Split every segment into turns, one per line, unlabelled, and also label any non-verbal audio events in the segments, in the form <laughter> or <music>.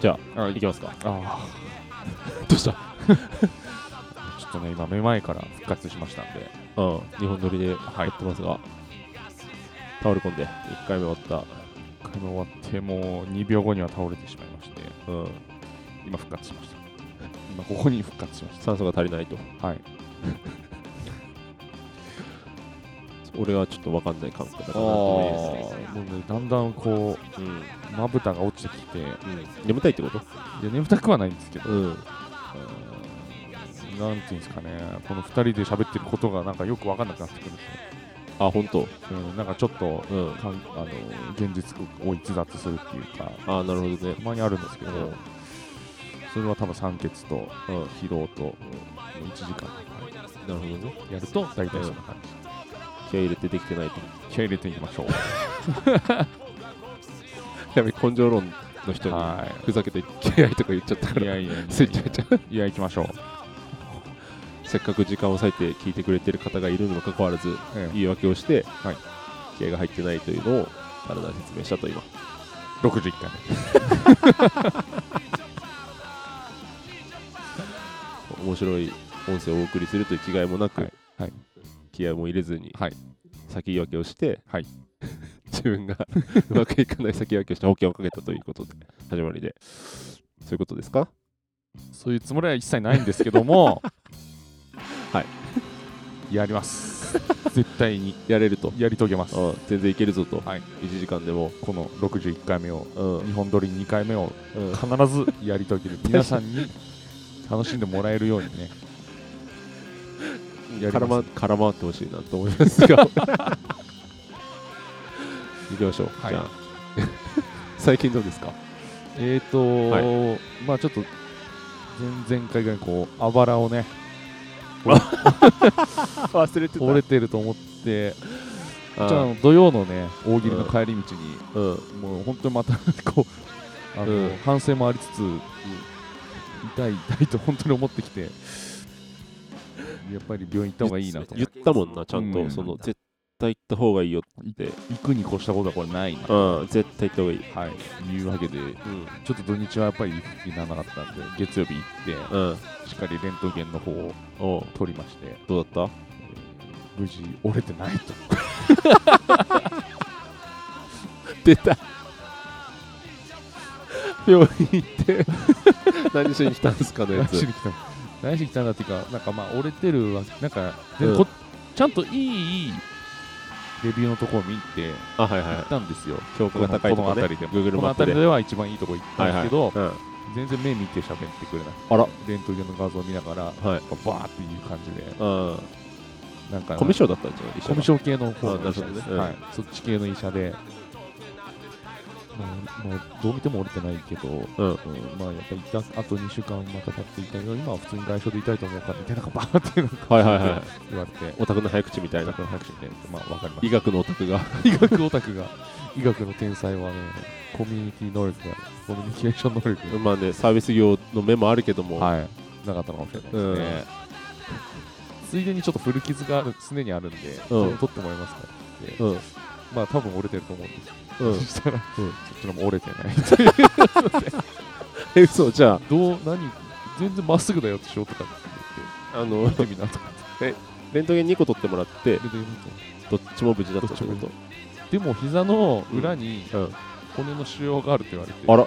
じゃ
あ
あいきますか
あ <laughs>
どうした
あちょっとね今めまいから復活しましたんで
うん日本撮りでやってますが、倒れ込んで1回目終わっ
1回目終わってもう2秒後には倒れてしまいまして
た、うん、
今復活しました <laughs> 今ここに復活しまし
酸素が足りないと
たはい
俺はちょっと分かんない感覚だな
あ
と
あ
思いま
もうねだんだんこ
す、うん
うまぶたが落ちてきていや
うん、眠たいってこと
眠たくはないんですけど
うん
うーんなんていうんですかね、この2人で喋ってることがなんかよく分かんなくなってくるんです
あ本当
よ、うん、なんかちょっと
うん
かんあの現実を逸脱するっていうか、
あなるほどね
たまにあるんですけど、
うん
それは多分酸欠と
うん
疲労と、う1時間
なるほどね
やると大体そんな感じ、
気合い入れてできてないと
気合い入れていきましょう。
やべ根性論の人に
は
ふざけて気合いとか言っちゃったか
い、い
ら <laughs>
やいやいや、
スイッチ入っちゃう
いや行きましょう。
せっかく時間を割いて聞いてくれてる方がいるにもかかわらず
ええ
言い訳をして、
はい
気合が入ってないというのを体に説明したと今
61回
面白い音声をお送りするという気概もなく、
はいはい
気合も入れずに、
はい
先言い訳をして、
はい
<laughs> 自分が <laughs> うまくいかない先言い訳をして保険をかけたということで始まりでそういうことですか、
そういうつもりは一切ないんですけども、
<laughs> はい
やります。絶対に
やれると、
やり遂げます。
うん、全然いけるぞと、
はい
1時間でも、
この61回目を、
うん
日本撮り2回目を
うん
必ずやり遂げ
<laughs>
る、皆さんに楽しんでもらえるようにね、やります
絡ま絡まってほしいなと思いますが <laughs> 行きましょう、
はい
じゃあ <laughs> 最近どうですか
えーとーまあちょっと前々回ぐらいにこう、あばらをね、
忘れて
折れてると思って、
あー
じゃあ土曜のね、大喜利の帰り道に、
うん
もう本当にまた <laughs> こうあの、
うん
反省もありつつ、痛い痛いと本当に思ってきてやっぱり病院行った方がいいなと
言ったもんなちゃんと、
うん
その絶対行った方がいいよって、
行くに越したことはこれないな
うん、絶対行った方がいい、
はいいうわけで
う
ちょっと土日はやっぱり行く気にならなかったんで月曜日行っ
んうん、
てしっかりレントゲンの方を
おう
取りまして
どうだっ
無事折れてないと
た出た病院行って <laughs> 何しに来たんですかの <laughs> や
何し
つ
に来たの何しに来たんだっていうかなんかまあ折れてるわなんか、で
うん
こちゃんといいいいレビューのところを見て
あはいはい
行ったんですよ、
標高が高いと
この
かね
辺りでも
Google
この
マップ
辺
で
りでは一番いいとこ行ったんですけど、
はいはい
全然目見て喋ってくれない
あら
レントゲンの画像を見ながら、
うんは
バ
い
ーっていう感じで
うん
なんか
コミュ障だったんじゃない
コミュ障系の方
あ
の
なる
医
ほ
者
どね
です、
うん
はい、そっち系の医者でもうもうどう見ても折れてないけど、
うん
うんまあやっぱり行ったあと2週間また経っていたけど今は普通に外傷で痛いと思うからみたいななんかバーってなんか
はいはいはい
言われて
オタクの早口みたいな
オタクの拍手でまあわかりま
医
し
学のオタクが
た医学オタクが医学の天才はねコミュニティ能力があるコミュニケーション能力がある
まあねサービス業の目もあるけども、
はい、なかったのかもしれないですね。ついでにちょっと古傷がある常にあるんで、それを取ってもらえますかって、
うん <laughs> うん
まあ多分折れてると思うんですそしたら、
うん
そちらも折れてない。
え嘘じゃ
どう、何、全然まっすぐだよってしようとかって
ああの
言って、見てみなとかって
レントゲン2個取ってもらって
言って
どっちも無事だったってこ
ど
と
っでも膝の裏に
うん
骨の腫瘍があるって言われて、
あら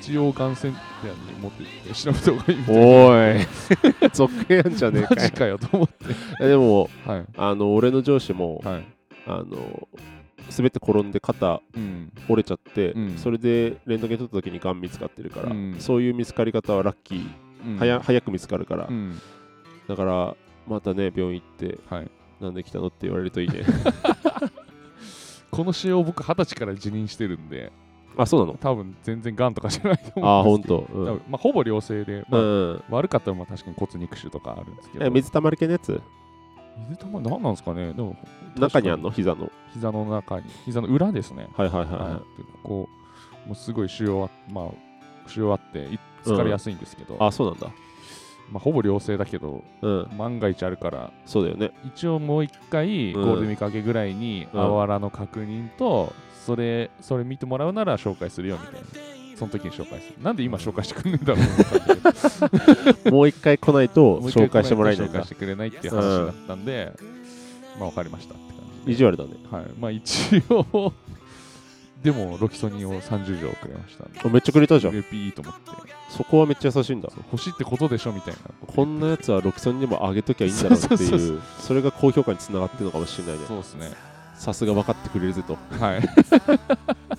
一応眼センターに持って行って調べた方がいいみたいな。
お <laughs> ーい続編やんじゃねえ
マ <laughs>
か
ジ
い
かよと思って。
えでも
はい。
あの俺の上司も、
はい。
あの滑って転んで肩
うん。
折れちゃって、
うん
それでレントゲン取った時にガン見つかってるから、
うん
そういう見つかり方はラッキー、
うん
はや早く見つかるから、
うん。
だからまたね病院行って
はい。
なんで来たのって言われるとい
<laughs>
いね
この使用僕二十歳から辞任してるんで
あそうなの
多分全然がんとかじゃないと
あ
思う
本
んですけど多
当うん
分まあ、ほぼ良性で、まあ
うん
悪かったらまあ確かに骨肉腫とかあるんですけど
え水たまり系のやつ
水玉何なんですかねでも
中にあんの膝の
膝の中に膝の裏ですね、
はいはいはい
はい
は
でここもうすごい腫瘍あまあ腫瘍あってい疲れやすいんですけど、
いあそうなんだ
まあ、ほぼ良性だけど
うん
万が一あるから
そうだ
<laughs>
よね
一応もう一回
う
ゴ
ん
ールデンウィーク明けぐらいに
うん
あわらの確認とそれそれ見てもらうなら紹介するよみたいなその時に紹介するなんで今紹介してくれねえんだろうと思ったんで
もう一回来ないと
もう一回
紹介してもらえないん
紹介
だ
してくれないっていう話になったんで、まあ分かりましたって感じで
意地悪だね
はいまあ一応でもロキソニンを30錠くれましたんで
あめっちゃくれたじゃん
嬉しいと思って
そこはめっちゃ優しいんだ
そう欲しいってことでしょみたいなこと
こんなやつはロキソニンでもあげときゃいいんだろうって
そうそうそう
い
そう
それが高評価につながってるのかもしれないね
そうですね
さすが分かってくれるぜと
はい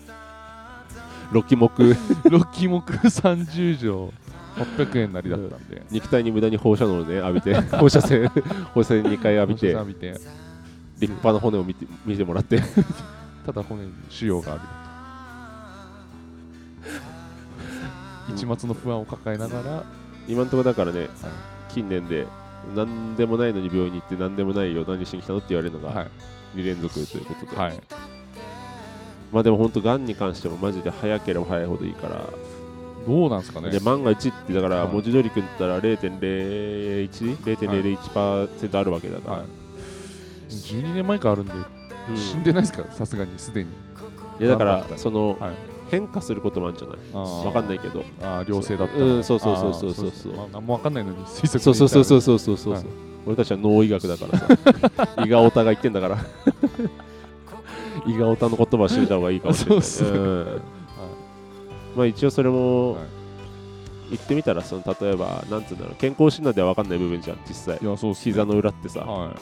<laughs>
ロキモク
ロキモク30錠800円なりだったんで
肉体に無駄に放射能をね浴
<laughs>
びて放射線放射線2回浴びて
浴びて
立派な骨を見て見てもら
<laughs>
って
ただ骨に腫瘍があ
<laughs>
る一末の不安を抱えながら、
今のところだからね近年で何でもないのに病院に行って何でもないよ何しに来たのって言われるの
は
が
い
2連続ということで、
はい
まあでも本当がんに関してもマジで早ければ早いほどいいから
どうなんですかね
で万が一ってだから
はい
文字通り君ったら 0.01?0.001% あるわけだから、
はい12年前からあるんで、
うん
死んでないですからさすがにすでに
いやだか
頑張った
ら
ね
その
はい
変化することもあるんじゃない
あー
わかんないけど
ああ良性だった
うんそうそうそうそうそう
あーまあ何もわかんないのに推測
そうそうそうそううそうそうそう、
はい
俺たちは脳医学だからさ
<laughs>
胃がお互い言ってんだから胃がおたの言葉を知れた方がいいかもしれない
<laughs> そうっすね
んまあ一応それも
はい
言ってみたらその例えばなんつうんだろう健康診断では分かんない部分じゃん実際
いやそうっすね
膝の裏ってさ、
は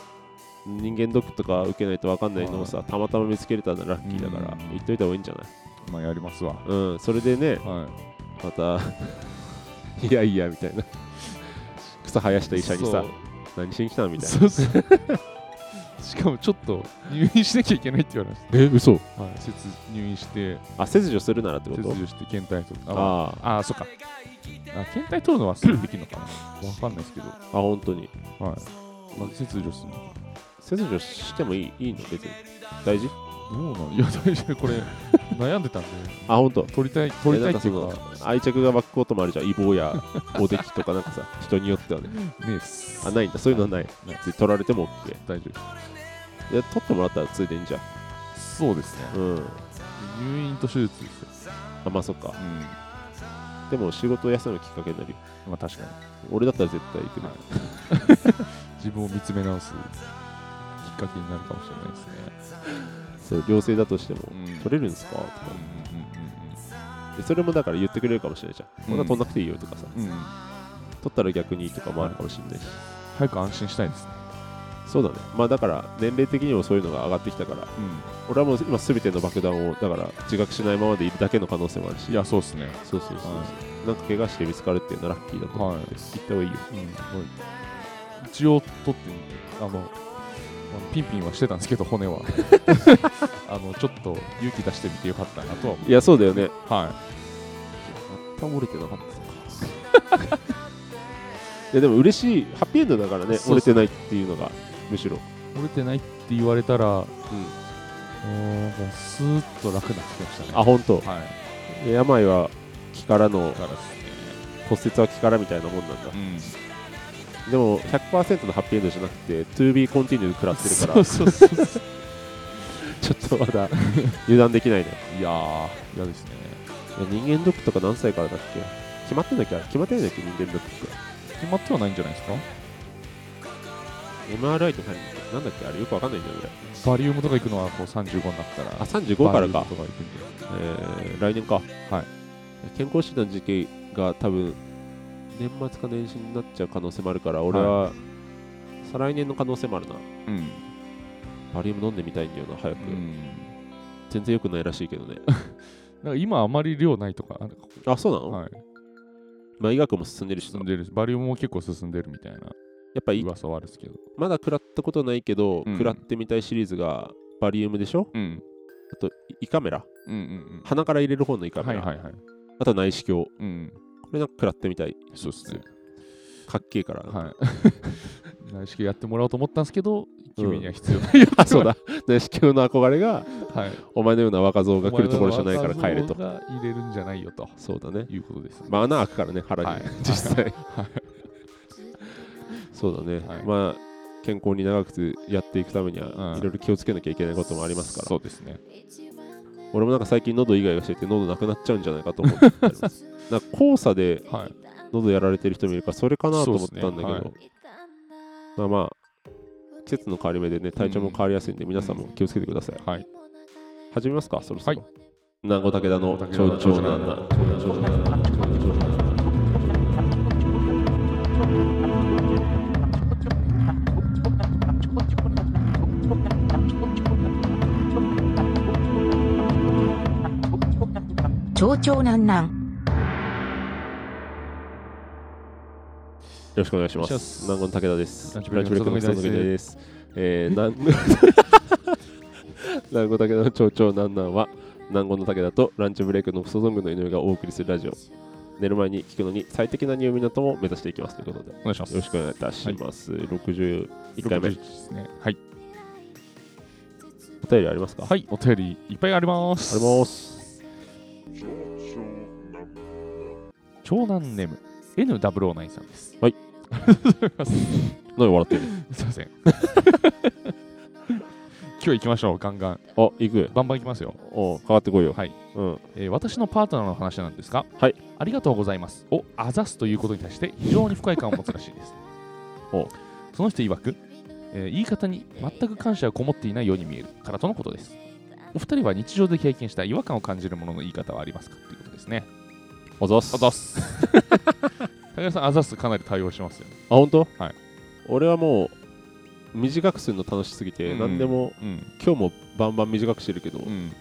人間ドックとか受けないと分かんないのをさたまたま見つけれたらラッキーだから
うん
言っといた方がいいんじゃない
いまあやりますわは
うんそれでねまた <laughs> いやいやみたいな <laughs> 草生やした
い
医者にさ何しに来たのみたいな
そうそうそう <laughs> しかもちょっと入院しなきゃいけないって言われまし
え嘘
た、はい、切入院して
あ切除するならってこ
切
と
除して検体取るあ
あ
あーそっかあ検体取るのはすぐできるのかなわかんないですけど、は
ああ本当に
いまあ、切除するの
切除してもいいいいの別に大事
どう <laughs> なのいや大丈夫これ悩んでたんで
あ本当
取りたい取りたいっていうか
えなんかその愛着が湧くこともあるじゃん、イボやおできとかな
<laughs>
んかさ、人によってはね。
ねえっす
あ、ないんだ、そういうのはない。
ない
で取られても OK。
大丈
で、取ってもらったらついでにじゃん。
夫そうですね
うん。
入院と手術ですよ
あ、まあそっか
う。ん
でも仕事を休むきっかけになるよ。
まあ確かに
俺だったら絶対行くね。
はい自分を見つめ直すきっかけになるかもしれないですね
そう、良性だとしても、
うん
取れるんですかとか
うん
で。それもだから言ってくれるかもしれないじゃん。こんな
うん
取んなくていいよとかさ。
うんうんうんうん
取ったら逆にいいとかもあるかもしれないし。
早く安心したいですね
そうだね。まあだから、年齢的にもそういうのが上がってきたから、俺はもう今すべての爆弾を、だから自覚しないままでいるだけの可能性もあるし。
いやそうですね
そうそうそうそう、
は
なんか怪我して見つかるっていうのはラッキーだと思うので、
はい
行った方がいいよ
うん一応取ってみてあのまあピンピンはしてたんですけど骨 <laughs> はあのちょっと勇気出してみてよかったなとは思
いやそうだよね
うは
倒れてなかったいやでも嬉しいハッピーエンドだから
そ
ね
うそう
折れてないっていうのがむしろ、
い折れてないって言われたらもうなんかスーッと楽になってきましたね
あ本当
はい
病は気からの
だからです
骨折は気からみたいなもんなんだ
ね
でも100%のハッピーエンドじゃなくて TOBECONTINUE 食らってるから
そうそうそうそう
ちょっとまだ油断できないね
いやー嫌ですね
いや人間ドックとか何歳からだっけ決まってんだっけ決まってないんだっけ人間ドックって
決まってはないんじゃないですか
MRI とかなんだっけあれよくわかんないんだよね
バリウムとか行くのはこう35になったら
あ35から
バ
か
リウムとか行くんで
えー来年か、
はい
健康診断の時期が多分年末か年始になっちゃう可能性もあるから俺は、再来年の可能性もあるな
うん
バリウム飲んでみたいんだよな早く、
うん
全然良くないらしいけどね
なんか今あまり量ないとか、
あそうなの、
はい、
まあ医学も進んでるし
進
な
んでるしバリウムも結構進んでるみたいな
やっぱい
噂はあるんですけど、
まだ食らったことないけど、
うん
食らってみたいシリーズがバリウムでしょ
うん、
あと胃カメラ
うんうん
鼻から入れる方の胃カ
は
メ
い
ラ、
はいはい、
あとは内視鏡
うん、
これなんか食らってみたい
そうですね、
かっけえから、
はい、 <laughs> 内視鏡やってもらおうと思ったんですけど、君には必要ない、
<laughs> あそうだ内視鏡の憧れが
はい、
お前のような若造が来るところじゃないから帰れと
お前は若造が入れるんじゃないよと
そうだね
いうことです、ね、
まあ穴開くからね腹に、
はい
実際
はい
そうだね、
はい
まあ健康に長くやっていくためには、
うん
いろいろ気をつけなきゃいけないこともありますから
そうですね、
「
俺もなんか最近喉以外がしてて喉なくなっちゃうんじゃないかと思ってた
<laughs>
りもするなんか黄砂で <laughs>
はい、
喉やられてる人もいるからそれかなと思ったんだけど、
そうですね
<laughs> まあまあ季節の変わり目でね体調も変わりやすいんで皆さんも気をつけてください、
はい、
始めますかそろそろ、
は
南後武田のちょいちょいなんだ
長々なんなん。
よろしくお願いしま
お願いします
す。南郷の武田です。
ランチブレイクの
ランチブレイクの
佐藤美
です。えー、南南郷武田の町長南南は、南郷の武田とランチブレイクのクソソングの井上がお送りするラジオ。寝る前に聞くのに最適な入眠のとも目指していきますということで、よ
お願いします。
ろしくお願いいたします。61回目、
61ですね。はい、
お便りありますか
はい、お便りいっぱいあります。
あります。
長男ネーム N009 さんです。 <laughs>
はい。
ありがとうございます。
何笑ってる
すいません。 <laughs> 今日行きましょう、ガンガン。
あ、行く。
バンバン行きますよ。
おうかかってこいよ。
はい、
うん。
えー私のパートナーの話なんですが、
はい、
ありがとうございますをあざすということに対して非常に不快感を持つらしいです
<laughs> お
その人曰く、えー言い方に全く感謝がこもっていないように見えるからとのことですお二人は日常で経験した違和感を感じるものの言い方はありますかということですね
あざっす。
あざっ <laughs> す武田さんあざっすかなり対応しますよね
あ、本当？
はい。
俺はもう短くするの楽しすぎて、
うん
何でも
うん
今日もバンバン短くしてるけど、
うん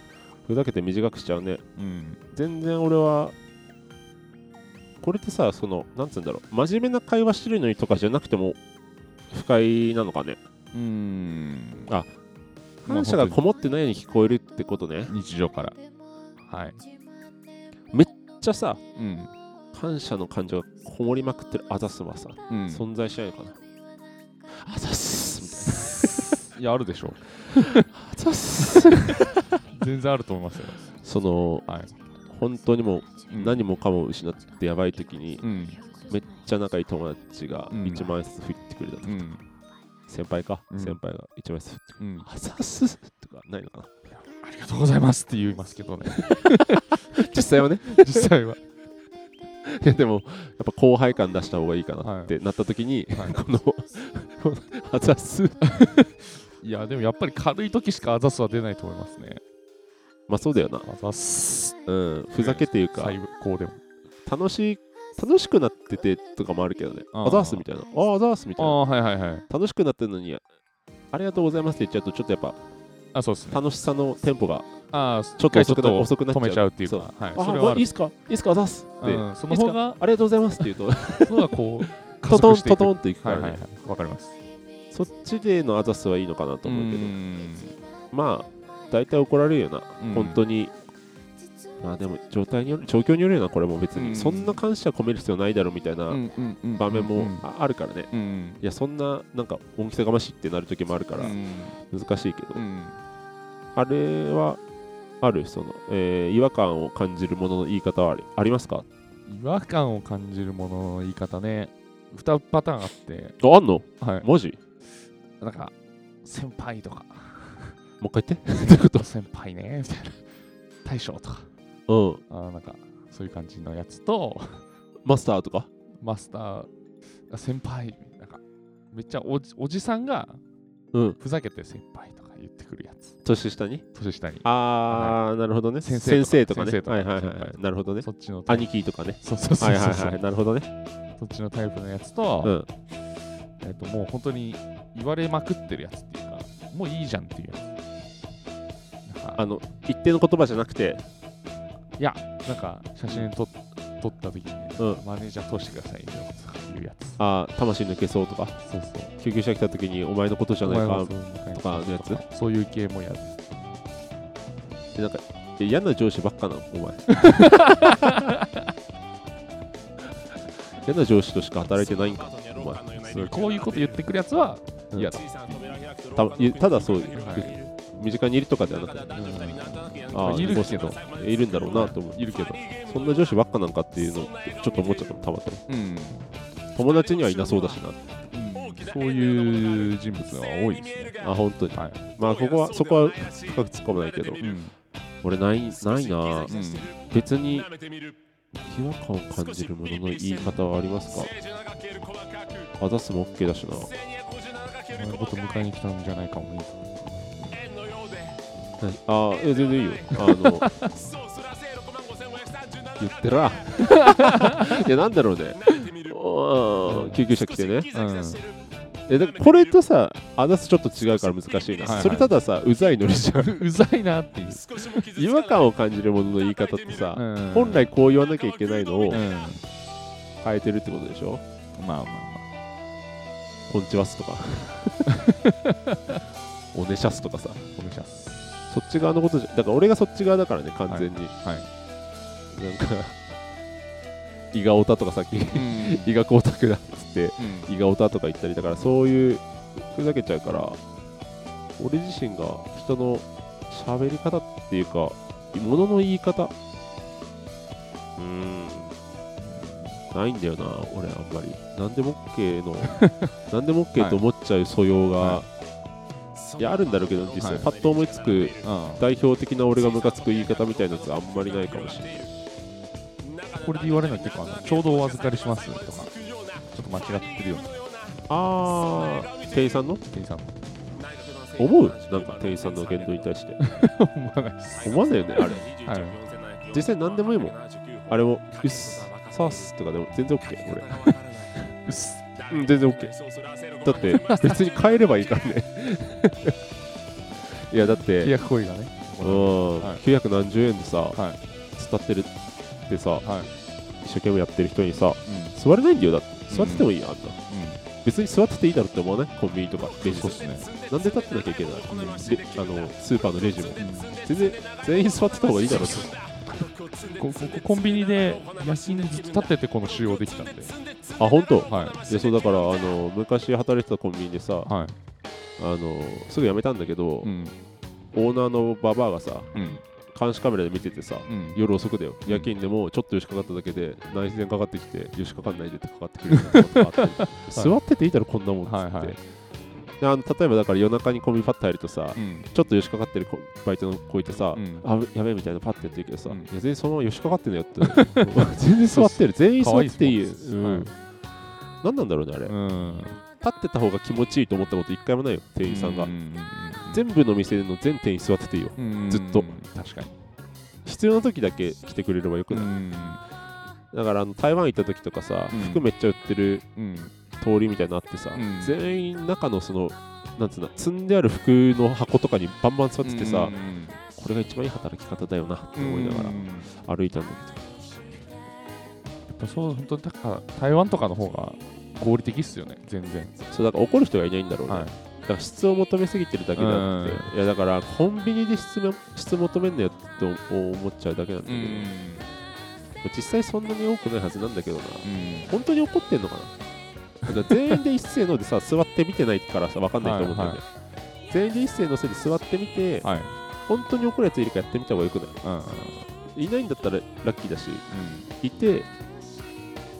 ふざけて短くしちゃうね。
うん
全然俺はこれってさ、そのなんつうんだろう、真面目な会話してるのにとかじゃなくても不快なのかね。
うん
あ感謝がこもってないように聞こえるってことね。
日常からはい、
めっちゃさ、
うん
感謝の感情がこもりまくってるあざすはさ、
うん、
存在しないのかな。あざっすみたいない
やあるでしょう
あざっす
全然あると思いますよ
その
はい、
本当にもう
うん
何もかも失ってやばい時に
うん
めっちゃ仲いい友達が
うん
1万円ずつ振ってくれたと、
うん
先輩か、
うん
先輩が1万円ずつ振っ
う
て
ん、
あざっすとかないのかな
ありがとうございますって言いますけどね、
実際はね
実際は。
いやでもやっぱ後輩感出した方がいいかなってなった時に、 <laughs>
はい
このこのあざっす
いや、でもやっぱり軽い時しかあざすは出ないと思いますね。
まあそうだよな、
あざす。
うん、ふざけていうか
最高でも。
楽しい楽しくなっててとかもあるけどね
あー
あざっすみたいなああざっすみ
あ
たいな
あ、はいはいはい。
楽しくなってるのにありがとうございますって言っちゃうとちょっとやっぱ
あ、そうですね。
楽しさのテンポが
ああ、ち
ょっと遅くな遅くなっちゃ
止
う
めちゃうっていうか、
そ
はい、
あ
それ
ま
はあ
あいい
る
っすかいいっすかあざっすって、
うん、その方が、
ありがとうございますって言う
<laughs>
と、
その方がこう、加
ト
速
トン
して
ト
いく。
トンっていくか
は
ら
い
ね、
はいはい。わかります。
そっちでのあざすはいいのかなと思うけど、まあ、大体怒られるよな、
うん
本当に。まあでも、状態による、状況によるよな、これも別
うん
に、そんな感謝込める必要ないだろうみたいな
当
場面もああるからね。
うん。
いや、そんな、なんか、恩着せがましいってなる時もあるから
う、ん
難しいけど
う、ん
あれは、ある、その、えー違和感を感じるものの言い方はありありますか
違和感を感じるものの言い方ね、2パターンあって、
あ、あんの
はい、
マジ
なんか、先輩とか、
もう一回言って。 <laughs>
先輩ね、みたいな、大将とか、
うん。
あーなんか、そういう感じのやつと、
マスターとか
マスター、あ先輩、なんか、めっちゃおじおじさんが
うん。
ふざけて先輩とか言ってくるやつ、
年下に
年下に。
あー、なるほどね。
先
先
生とか
生とかね。
先生とか
はいはいは
先輩と
い。なるほどね。
そっちのタイプ
兄貴と
<laughs>
かね。
そうそう
は
そう
い
そ
は
う
い
そう、
はい。なるほどね。
そっちのタイプのやつと、
うん。
えっ、と、もう本当に言われまくってるやつっていうか、もういいじゃんっていうやつ。なんか
あの、一定の言葉じゃなくて、
なんか写真撮っ撮った時に、
う
マネージャー通してくださいよとかいうやつ。
あー、魂抜けそうとか、
そうそう。
救急車来た時にお前のことじゃない
お前は。
か
そういう感じ
とかのやつ
そういう系もやる。
でなんか、いや嫌な上司ばっかなの、お
<laughs>
前。嫌な上司としか働いてないんか、お前。
そうこういうこと言ってくるやつは、
うん
いやだ。
たいただそう、
はい
身近にいるとかではなくて、ああ、
いるけど
もしのいるんだろうなと思う。いるけど、そんな上司ばっかなんかっていうのって、ちょっと思っちゃったの、たまたま。
うん。
友達にはいなそうだしな。
そういう人物が多いですね。
あ、本当に。
はい。
まあ、ここは、そこは深く突っ込まないけど、
うん。
俺ないないな、
うん
別に違和感を感じるものの言い方はありますかあざすも OK だしな
お前のこと迎えに来たんじゃないかもいいぞ
何あーえ全然いいよあの言ってらいやなんだろうねお <laughs> ー救急車来てね <laughs>
う
えだからこれとさあざすちょっと違うから難しいな、
はいはい
それたださうざいノリじゃん
ん、うざいなっていう、
違和感を感じるものの言い方ってさ、
うん
本来こう言わなきゃいけないの
う
を
ん、ま
変えてるってことでしょ
あまあま
「こんちはす」
<laughs>
とか「おねしゃす」とかさ
あお願いします
そっち側のことじゃだから俺がそっち側だからね完全に、
はい
なんか <laughs> 伊賀オタとかさっき
うん
伊賀光沢だっつって伊賀オタとか言ったりだからそういうふざけちゃうから俺自身が人の喋り方っていうかものの言い方うーんないんだよな俺あんまり何でも
<laughs>
OK の何でも OK と思っちゃう素養が、、
はい
やあるんだろうけど実際、
はい
パッと思いつく
あ
代表的な俺がムカつく言い方みたいなやつはあんまりないかもしれない
あこれで言われるのは結構あのちょうどお預かりしますとかちょっと間違ってるような
あー店員さんの
店員さん
思うなんか店員さんの言動に対して
思わないです
思わないよねあれ
はい
実際何でもいいもんあれも「うっすさっす」とかでも全然 OK 俺
うっす
うん全然 OK だって別に変えればいいから
<laughs>
ねいやだっ
契
て
約行為がね
うん
はい
900何十円でさ
はい
伝ってるってさ
はい
一生懸命やってる人にさ
うん
座れないんだよだって座っててもいいやあんた
う
別に座ってていいだろって思わないコンビニとかレジと
そう
か
っすね
なんで立ってなきゃいけないレあのスーパーのレジも全然全員座ってた方がいいだろって
ん <laughs> こここコンビニで夜勤でずっと立っててこの使用できたんで
あ本当
はい
いやそうだからあの昔働いてたコンビニでさ
はい
あのすぐ辞めたんだけど、
うん
オーナーのババアがさ
うん
監視カメラで見ててさ、
うん
夜遅くだよ
うん
夜勤でもちょっとよしかかっただけで内線かかってきてよしかかんないでってかかってく
<laughs>
るのがあって座ってていいだろこんなもんっつって、
はいはい
であの例えばだから夜中にコンビニパッと入るとさ、
うん
ちょっとよしかかってる子バイトの子いてさ、
うん
あやべえみたいなパッてやってるけどさ、
うん
いや全然そのままよしかかってんだよって
<laughs>
全然座ってる全員座っててい
可愛
い
いっす
う
もん
ん、何なんだろうねあれ、
うん
立ってた方が気持ちいいと思ったこと一回もないよ店員さんが、
うん
全部の店の全店員座ってていいよ
うん
ずっと
確かに
必要な時だけ来てくれればよく
う
ない、
ん
だからあの台湾行った時とかさ、
うん
服めっちゃ売ってる
うん
通りみたいなのあってさ、
うん
全員中のそのなんつうの積んである服の箱とかにバンバン座ってて
う
さ、
ん
これが一番いい働き方だよなって思いなが
うんや
ら歩いたんだけど、
っぱそう本当だから台湾とかの方が合理的っすよね全然
そうだから怒る人がいないんだろうね、
はい
だから質を求めすぎてるだけであって、いやだからコンビニで質も質求めんのやと思っちゃうだけなんだけど、実際そんなに多くないはずなんだけどな、
うん
本当に怒ってんのかなだから全員で一斉のでさ
<laughs>
座って見てないからさ分かんないと思うんだよね、
は
全員で一斉のせいで座ってみて、
はい
本当に怒るやついるからやってみた方がよくな
うんうん
いいないんだったらラッキーだしいて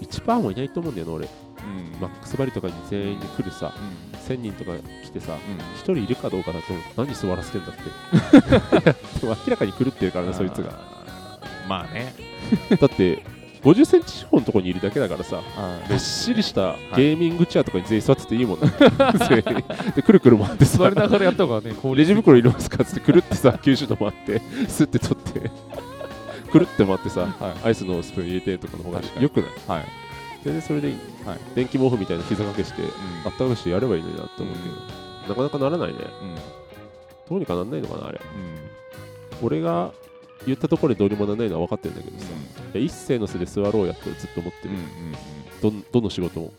1%もいないと思うんだよな俺
うん
マックスバリとかに全員で来るさ
うん
1000人とか来てさ
うん
1人いるかどうかだと思う何座らせてんだって
<laughs>
でも明らかに狂ってるからねそいつが
あーまあね
だって50センチ四方のとこにいるだけだからさびっ
は
しりしたゲーミングチェアとかに全員座ってていいもんね、 <laughs> 全員でくるくる回って
い座
座
りながらやった方がね効
レジ
的
袋いりますかっつってくるってさ90度回ってスッて取ってくるって回ってさ
は
アイスのスプーン入れてとかの方が
確かに
よくない
いはい
全然それでいい、
はい
電気毛布みたいな膝掛けしてあ
う
ったかくしてやればいいのになって思うけど、なかなかならないね
ん
どうにかならないのかなあれ
うん
俺が言ったところでどうにもならないのは分かってるんだけどさ、
うん
いや一斉のせで座ろうやってずっと思ってる、
うん
どんどの仕事も、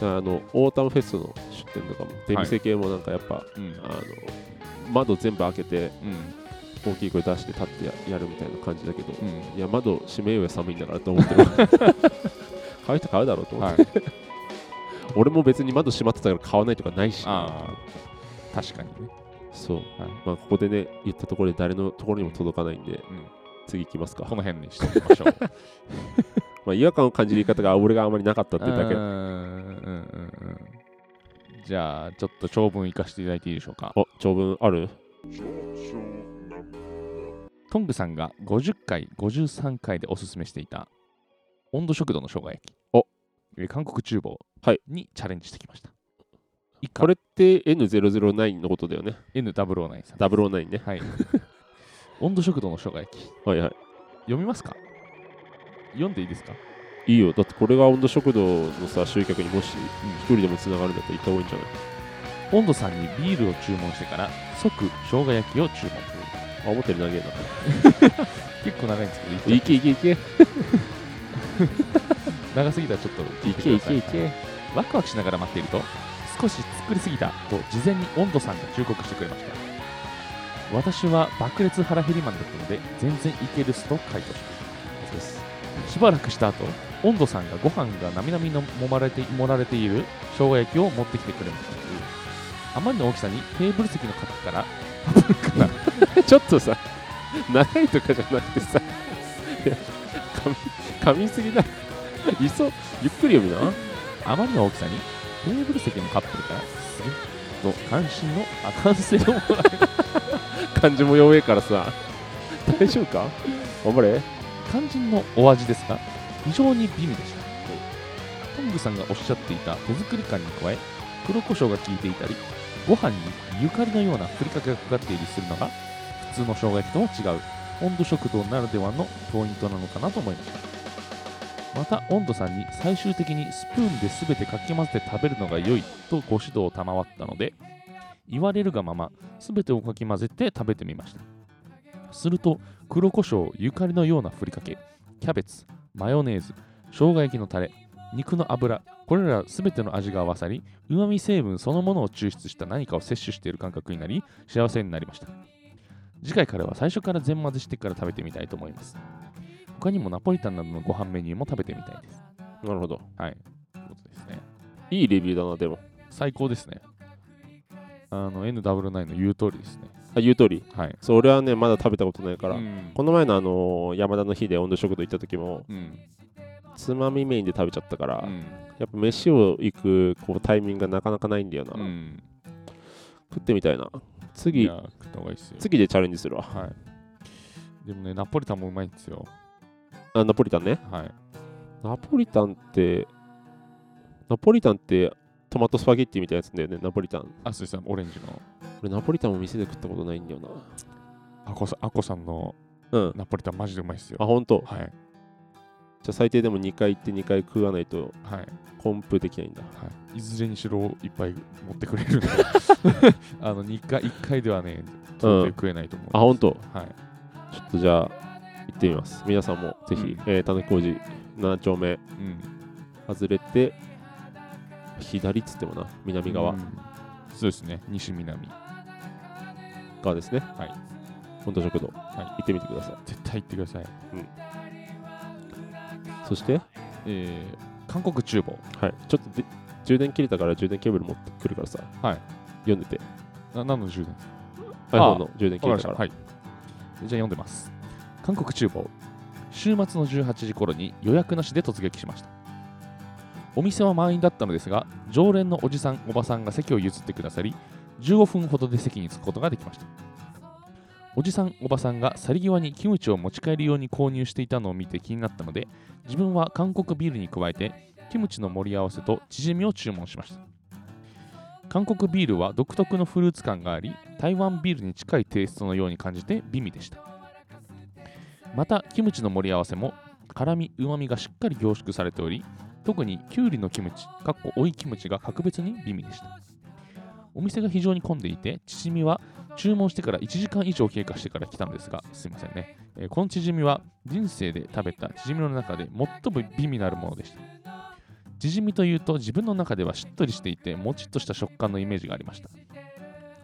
あのオータムフェストの出店とかも出店系もなんかやっぱ、
うんうん
あの窓全部開けて
うん
大きい声出して立ってややるみたいな感じだけど、
うん
いや窓閉めようや寒いんだからと思って <laughs> る買う人買うだろうと思って、
はい
俺も別に窓閉まってたから買わないとかないし
ああ確かにね
そう、
はい
まあここでね言ったところで誰のところにも届かないんで、
ん
次行きますか
こ、の辺にしておきましょう
まあ、違和感を感じる言 <laughs> い方が俺があまりなかったってだけ
うんうんうんうんじゃあちょっと長文いかしていただいていいでしょうか
あ長文ある
トングさんが50回、53回でおすすめしていた温度食堂の生姜焼き
お
えー韓国厨房
はい
にチャレンジしてきました。以下
これって N009 のことだよね。
N009 さん。
009ね。
はい。 <laughs> 温度食堂の生姜焼き。
はいは
読みますか読んでいいですか
い。いいよ。だってこれが温度食堂のさ、集客にもし一人でもつながるんだったら行った方がいいんじゃない
温度さんにビールを注文してから即生姜焼きを注文
あ、思ったより長え
結構長いんですけど
な。
言っ
い
ち
けいけいけ。 <laughs>
ゃう長すぎたらちょっと聞い
い
て
け
く
い
ださ
け
い
いけ。
ワクワクしながら待っていると少し作りすぎたと事前に温度さんが忠告してくれました私は爆裂腹減りマンだったので全然いけるっすと回答していますしばらくした後温度さんがご飯がなみなみのもまれて盛られている生姜焼きを持ってきてくれましたあまりの大きさにテーブル席の角から
ちょっとさ、長いとかじゃなくてさ、いや噛み噛みすぎだ。いっ <laughs> そ、ゆっくり読みな。
あまりの大きさにテーブル席のカップルからすげっと関心のあ歓声をもらい
漢字も弱えからさ、大丈夫か頑張れ。
肝心のお味ですが非常に美味でしたトングさんがおっしゃっていた手作り感に加え黒胡椒が効いていたりご飯にゆかりのようなふりかけがかかっていたりするのが普通の生姜焼きとも違う温度食堂ならではのポイントなのかなと思いましたまた温度さんに最終的にスプーンで全てかき混ぜて食べるのが良いとご指導を賜ったので言われるがまま全てをかき混ぜて食べてみましたすると黒胡椒ゆかりのようなふりかけキャベツマヨネーズ生姜焼きのタレ肉の油これら全ての味が合わさりうまみ成分そのものを抽出した何かを摂取している感覚になり幸せになりました次回からは最初から全混ぜしてから食べてみたいと思います他にもナポリタンなどのご飯メニューも食べてみたいです
なるほど。
はいということですね
いいレビューだな、でも。
最高ですねあの N99 の言う通りですね
あ、言う通り。
はい
そう、俺はね、まだ食べたことないから。
うん
この前のあのー山田の日で温度食堂行った時も
うん
つまみメインで食べちゃったから、
うん
やっぱ飯を行くこうタイミングがなかなかないんだよな、
うん
食ってみたいな
い
次
や食った方がいいですよ
次でチャレンジするわ
はい。でもね、ナポリタンもうまいんですよ。
あナポリタンね
はい。
ナポリタンってナポリタンってトマトスパゲッティみたいなやつだよねナポリタン
あ、そうですオレンジの。
俺ナポリタンも店で食ったことないんだよな
アコさんアコさんの
うん
ナポリタンマジでうまいですよ。
あ本当。じ
はい。
ゃあ最低でも2回行って2回食わないと
はい。は
コンプできないんだ
い。いずれにしろいっぱい持ってくれ
<laughs>
るんで、あの、2回、1回ではね、到底食えないと思う。
あ本当。
はい。
ちょっとじゃあ行ってみます皆さんもぜひ、
うん
えー、たぬき工事7丁目
うん。
外れて左っつってもな南側、
うんそうですね。西南。
側ですね
はい
本当食堂、
い
行ってみてくださ
絶対行ってください。
いそして、
えー、韓国厨房。
はい、ちょっとで充電切れたから充電ケーブル持ってくるからさ、
はい
読んでて
な何の充電ですか
iPhone の充電切
わかりま
れた
した
から、
はい。じゃあ読んでます。韓国厨房。週末の18時頃に予約なしで突撃しました。お店は満員だったのですが、常連のおじさん、おばさんが席を譲ってくださり、15分ほどで席に着くことができました。おじさん、おばさんが去り際にキムチを持ち帰り用に購入していたのを見て気になったので、自分は韓国ビールに加えて、キムチの盛り合わせとチヂミを注文しました。韓国ビールは独特のフルーツ感があり台湾ビールに近いテイストのように感じて美味でしたまたキムチの盛り合わせも辛みうまみがしっかり凝縮されており特にきゅうりのキムチかっこおいキムチが格別に美味でしたお店が非常に混んでいてチヂミは注文してから1時間以上経過してから来たのですがすいませんね、えーこのチヂミは人生で食べたチヂミの中で最も美味なるものでしたチヂミというと自分の中ではしっとりしていてもちっとした食感のイメージがありました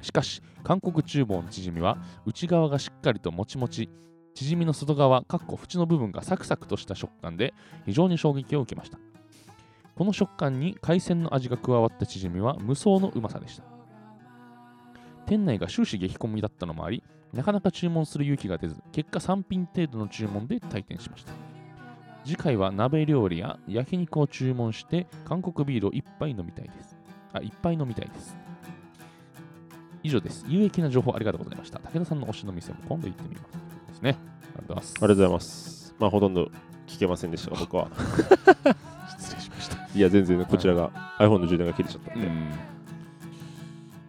しかし韓国厨房のチヂミは内側がしっかりともちもちチヂミの外側かっこ縁の部分がサクサクとした食感で非常に衝撃を受けましたこの食感に海鮮の味が加わったチヂミは無双のうまさでした店内が終始激混みだったのもありなかなか注文する勇気が出ず結果3品程度の注文で退店しました次回は鍋料理や焼肉を注文して韓国ビールを一杯飲みたいです。あ、一杯飲みたいです。以上です。有益な情報ありがとうございました。武田さんの推しの店も今度行ってみます。ですね。ありがとうございます。
ありがとうございます。まあ、ほとんど聞けませんでしたが、
<laughs>
僕は。
失礼しました。
いや、全然こちらが iPhone の充電が切れちゃった
うん
で。
ん。い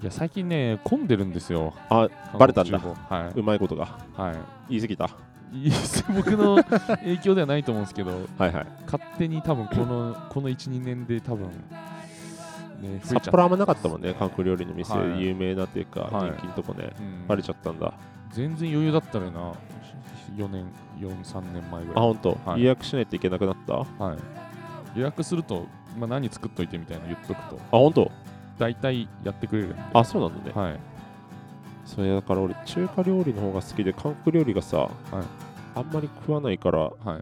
や、最近ね、混んでるんですよ。
あ、バレたんだ
韓国地方は
うまいことが。
い。はい。
言い過ぎた。
いや僕の影響ではないと思うんですけど、
はいはい。
勝手に多分このこの1、2年で多分、ね、増え
札
ちゃっ
幌あんまなかったもんね、韓国料理の店、
はい
有名なっていうか、
はい
人気のとこね。
うん
バレちゃったんだ。
全然余裕だったらいいな、4年、4、3年前ぐ
あ、
らい。
ほんと、
はい
予約しないといけなくなったあ、
はい、予約すると、まあ、何作っといてみたいなの言っとくと、
ほんと
大体やってくれるんで。
あ、そうなのね。
はい、
それだから俺、中華料理の方が好きで、韓国料理がさ、あんまり食わないから、行
はい。
っ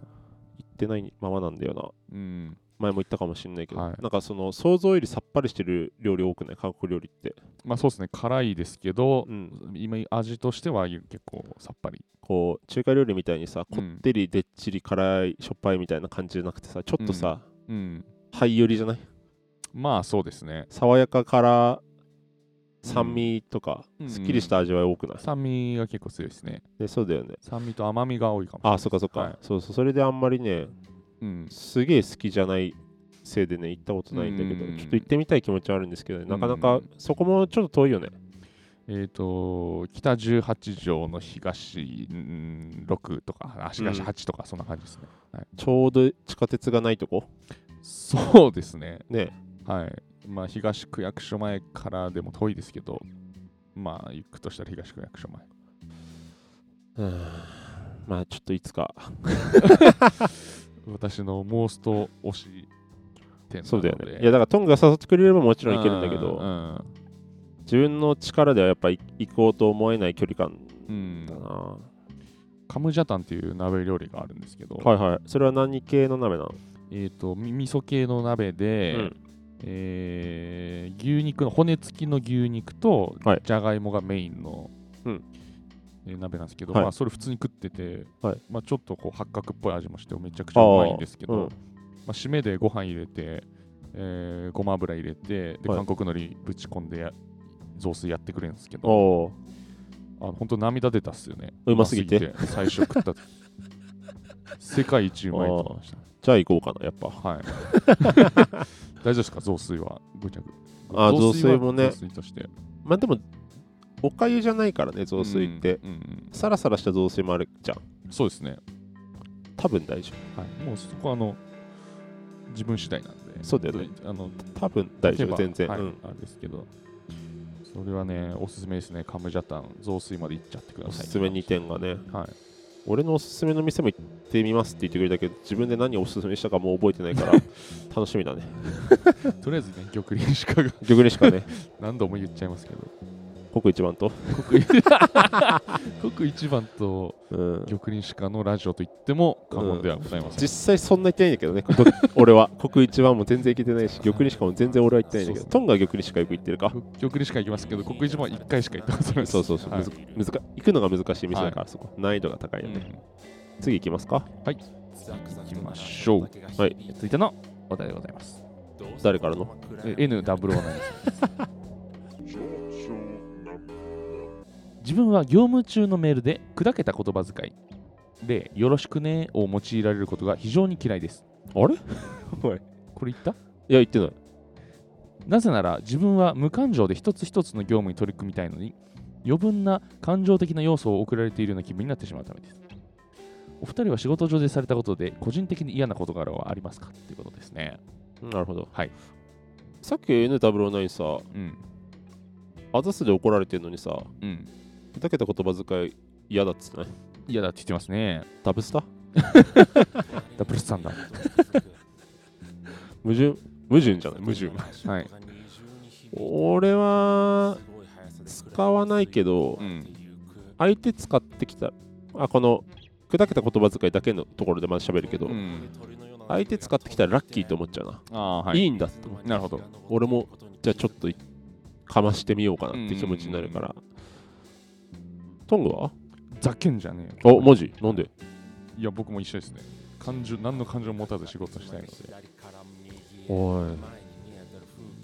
てないままなんだよな。
うん。
前も言ったかもしれないけど、
はい
なんかその想像よりさっぱりしてる料理多くない韓国料理って、
まあそうですね、辛いですけど、
うん、
今、味としては結構さっぱり。
こう中華料理みたいにさ
うん
こってりでっちり辛いしょっぱいみたいな感じじゃなくてさちょっとさ、
うん。
灰寄りじゃない
まあそうですね。
爽やかから酸味とか、
うん
すっきりした味わい多くない、
酸味が結構強いですね。
でそうだよね
酸味と甘みが多いかも。
あそっかそっか、
はい
そうそうそれであんまりね
うん。
すげえ好きじゃないせいでね行ったことないんだけど、
うん
ちょっと行ってみたい気持ちはあるんですけどね、
ん
なかなかそこもちょっと遠いよね
えっ、と、北18条の東うん6とか、あ東8とか、そんな感じですね。
ちょうど地下鉄がないとこ
そうですね。
ね
はい。まあ、東区役所前からでも遠いですけど、まあ、行くとしたら東区役所前。
うーんまあちょっといつか
私のモースト推し店なので。
そうだよねいやだからトングが誘ってくれればもちろんいけるんだけ
う
ど
ん
自分の力ではやっぱい行こうと思えない距離感
うん
だな、
カムジャタンっていう鍋料理があるんですけど、
はいはいそれは何系の鍋なの、
えっ、とみ味噌系の鍋で、
うん
えー牛肉の骨付きの牛肉と
はい
じゃがいもがメインの、
うん
えー鍋なんですけど、
はい
まあそれ普通に食ってて、
はい
まあちょっとこう八角っぽい味もしてめちゃくちゃうまいんですけど、
うん
まあ締めでご飯入れて、えーごま油入れてで
はい
韓国海苔ぶち込んでや雑炊やってくれるんですけど、
おお
あ本当涙出たっすよね。
うますぎて
うますぎ最初食
<laughs>
った時世界一うまいと思いました。
じゃあ行こうかなやっぱ
はい。 <laughs> 大丈夫ですか雑炊はぐちゃぐ
あ
は
雑炊もね
雑炊として
まあでもおかゆじゃないからね雑炊って、
うんうん
サラサラした雑炊もあるじゃん
うんそうですね。
多分大丈
はい。もうそこはあの自分次第なんで。
そうだよね
本当に。あの
夫多分大
例え
丈
ば
夫全然、
はい
うん、
あれですけど。それはね、おすすめですね。カムジャタン、雑炊まで行っちゃってくだ
お
さい。
すすめ2点がね
はい。
俺のおすすめの店も行ってみますって言ってくれたけど自分で何をおすすめしたかもう覚えてないから <laughs> 楽しみだね
とりあえずね、玉林鹿が <laughs>
逆にし <laughs> かね
何度も言っちゃいますけど。
国一番と、
国 <laughs> 国一番と
うん、
玉林鹿のラジオと言っても過言ではございません。
実際そんな行ってないんだけどね、 <laughs> ど俺は。国一番も全然行けてないし、玉にしかも全然俺は行ってないんだけ
そ
ど、
う
トンガは玉にしかよく行ってるか。
極にしか行きますけど、国一番は1回しか行ったことないです。
そうそうそう、
はい
むずむずか行くのが難しい店だから、そこ。難易度が高いよね。次行きますか。
行きましょう。
はい
続いてのお題でございます。
誰からの
え N007 です。自分は業務中のメールで砕けた言葉遣いで「よろしくね」を用いられることが非常に嫌いです。
あ
<laughs>
れおいい
これ言った
や、行ってない。
なぜなら自分は無感情で一つ一つの業務に取り組みたいのに余分な感情的な要素を送られているような気分になってしまうためです。お二人は仕事上でされたことで個人的に嫌な事柄はありますかっていうことですね。
うんなるほど。
はい。
さっき N009 さ、
うん。
あざすで怒られてるのにさ、
うん。
ふざけた言葉遣い嫌だっつってない。
嫌だって言ってますね。
ダブスタ
ダブルスタンダー
矛盾矛盾じゃない矛盾。
ド。はい。
俺は、使わないけど、
うん。
相手使ってきたあこの砕けた言葉遣いだけのところでまだ喋るけど、
うん、
相手使ってきたらラッキーと思っちゃうな、、
ああ、はい
い
い。
んだって思う
なるほど。
俺もじゃあちょっとかましてみようかなって気持ちになるから、トングは
ざけんじゃねえよ。
あマジなんで
いや、僕も一緒ですね。感情、何の感情も持たず仕事したいので。
お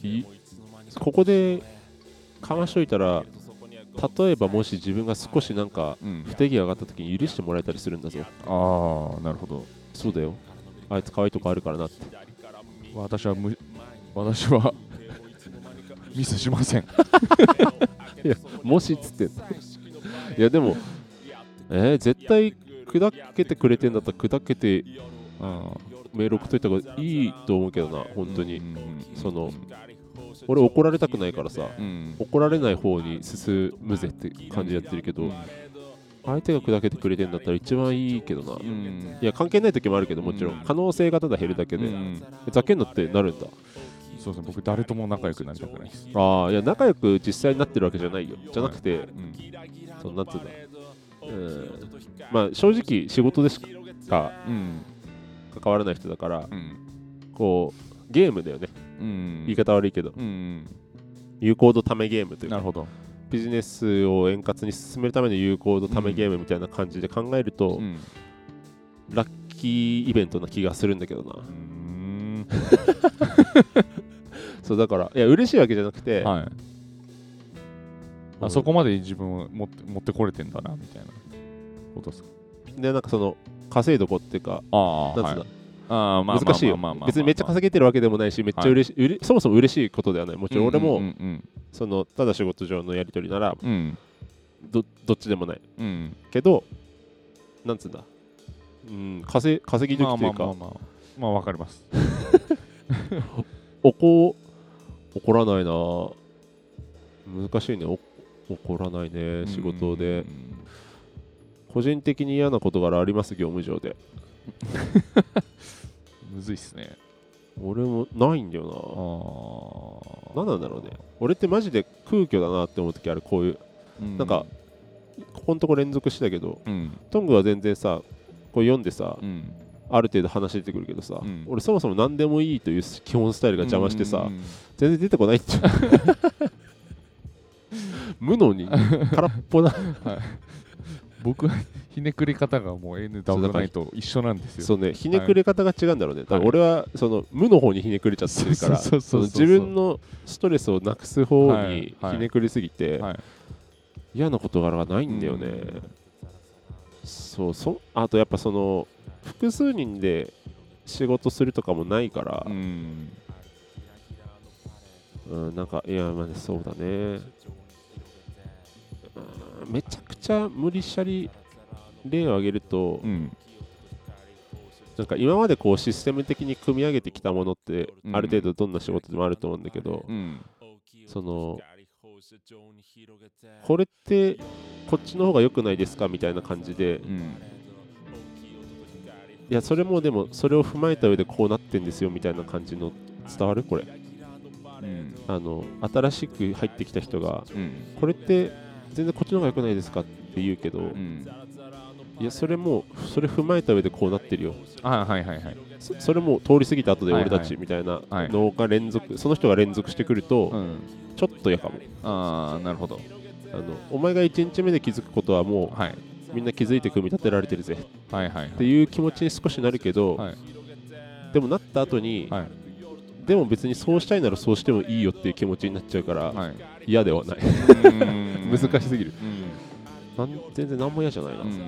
いここでかましといたら例えばもし自分が少しなんか
うん
不手際があった時に許してもらえたりするんだぞ
ああなるほど
そうだよあいつ可愛いとこあるからなって
私はむ私は <laughs> ミスしませ
<laughs>
ん
いやもしっつってんのいやでもえー絶対砕けてくれてんだったら砕けて
うん
メール送っといた方がいいと思うけどな本当に、
うんうん
その俺怒られたくないからさ
うん
怒られない方に進むぜって感じでやってるけど、相手が砕けてくれてんだったら一番いいけどな、
う
い
ん
や関係ない時もあるけどもちろん、
うん
可能性がただ減るだけで、
うん
ざけんなってなるんだ
そうですね僕誰とも仲良くなりたくないです
ああいや仲良く実際になってるわけじゃないよじゃなくて、
うん
そのなんつうんだうんまあ正直仕事でしか
うん
関わらない人だから
うん
こうゲームだよね
うん
言い方悪いけど
うん
有効度ためゲームという
な
か
るほど
ビジネスを円滑に進めるための有効度ためゲームみたいな感じで考えると、
うん
ラッキーイベントな気がするんだけどな
うーん
そうだからいや嬉しいわけじゃなくて、
はい
うん
あそこまで自分を持って持ってこれてんだなみたいなことですか
でなんかその稼いどこっていうか
ああー
なんつうんだ
はいあーまあ
難しいよ
まあまあまあまあまあ
別にめっちゃ稼げてるわけでもないしめっちゃ嬉しい、うれそもそも嬉しいことではないもちろん俺も、
うんうん
そのただ仕事上のやり取りなら
うん
どどっちでもない
うんうん
けどなんつうんだうん稼い稼ぎ
まあ
時というか、
まあまあまあまあわかります
おこ怒らないな難しいねお怒らないね仕事で、
うん
個人的に嫌な事柄あります業務上で
むずいっすね
俺もないんだ
あ
よ
あ
な何なんだろうね俺ってマジで空虚だなって思う時あるこういうなんかここのとこ連続してたけど
うん
トングは全然さこう読んでさ、
うん
ある程度話出てくるけどさ、
うん
俺そもそも何でもいいという基本スタイルが邪魔してさ、
うんうん
全然出てこないっ
<laughs>
ていう無能に空っぽな
僕はひねくれ方がもう N ダブルナイト一緒なんですよ。
そ
<laughs>
うねひねくれ方が違うんだろうね、だから俺はその無の方にひねくれちゃってるから
そう
そ
そうそう
の
そ
自
う
分のストレスをなくす方
は
に
いはい
ひねくれすぎて、
はい
嫌な事柄がないんだよね、
うん
そうそあとやっぱその複数人で仕事するとかもないから
う、ん
うん、なんかいやまあねそうだね、うんめちゃくちゃ無理しゃり例を挙げると、
うん
なんか今までこうシステム的に組み上げてきたものって、
うん
ある程度どんな仕事でもあると思うんだけど、
うん
そのこれってこっちの方が良くないですかみたいな感じで
うん
いやそれもでもそれを踏まえた上でこうなってんですよみたいな感じの伝わるこれ
うん
あの新しく入ってきた人が
うん
これって全然こっちの方が良くないですかって言うけど、
うん
いやそれもそれ踏まえた上でこうなってるよ
あはいはいはい。
そそれも通り過ぎた後で
はい
俺
はい
たちみたいな
はい
のが連続、その人が連続してくると、
うん、
ちょっとやかも
ああなるほど。
あのお前が1日目で気づくことはも
はい、
うみんな気づいて組み立てられてるぜっ
はいはい
て
はい。
いう気持ちに少しなるけど、
はい
でもなった後に、
はい
でも別にそうしたいならそうしてもいいよっていう気持ちになっちゃうから、
はい、
嫌ではない難
難
しすぎる
うん
なん全然何も嫌じゃないな、
うん、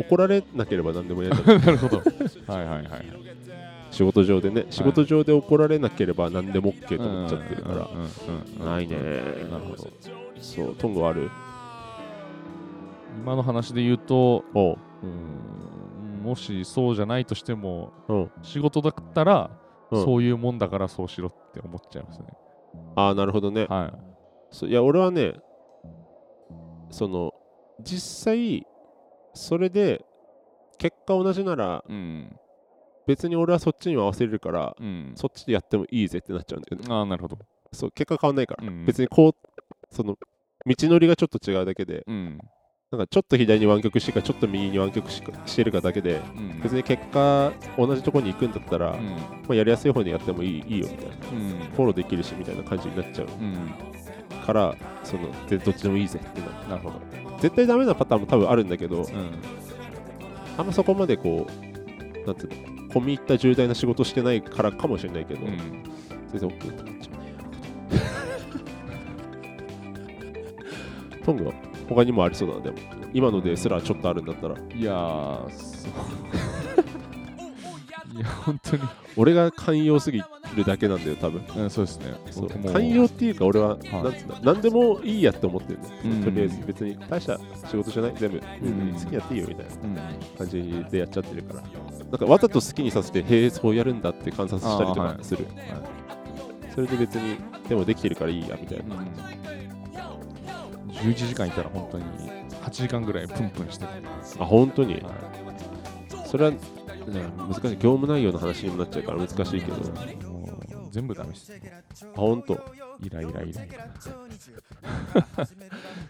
怒られなければ何でも嫌じゃない
<laughs> なる
<laughs>
ほど。はいはいはい。
仕事上でね仕事上で怒られなければ何でも OK と思っちゃってるから、
うんうんうん
ないね
なるほど。
そうトングある
今の話で言うと、
おう
うんもしそうじゃないとしても、
うん
仕事だったら、
うん
そういうもんだからそうしろって思っちゃいますね。
ああなるほどね
はい。
そいや俺はねその実際それで結果同じなら
うん。
別に俺はそっちにも合わせれるから
うん。
そっちでやってもいいぜってなっちゃうんだよね
ああ、なるほど。
そう結果変わんないから、
うん
別にこうその道のりがちょっと違うだけで
うん。
なんかちょっと左に湾曲してるかちょっと右に湾曲ししてるかだけで
うん。
別に結果同じとこに行くんだったら、
うん
ま。あ、やりやすい方にやってもいいいいよみたいな
うん。
フォローできるしみたいな感じになっちゃう
うん。
からそのでどっちでもいいぜってなる
なるほど。
絶対ダメなパターンも多分あるんだけど
うん。
あんまそこまでこうなんていうの込み入った重大な仕事してないからかもしれないけど、
うん。
全然 OK ってなっちゃうねトングは他にもありそうだなでも今のですらちょっとあるんだったら
いやーそう。 <laughs> いや、本当に。
俺が寛容すぎるだけなんだよ多分
うん、そうですね。
そう
僕も
寛容っていうか俺は、なんつうんだ何でもいいやって思ってる
うん
ねとりあえず別に大した仕事じゃない全部、
ん
好きやっていいよみたいな
うん、
感じでやっちゃってるからなんかわざと好きにさせてへえそうやるんだって観察したりと
あー
か
はい
する、それで別にでもできてるからいいやみたいな、
うん11時間いたら本当に8時間ぐらいプンプンしてる、
あ本当に
は
それは、ね難しい業務内容の話にもなっちゃうから難しいけどあ
い、もう全部ダメです
本当
イライライライラ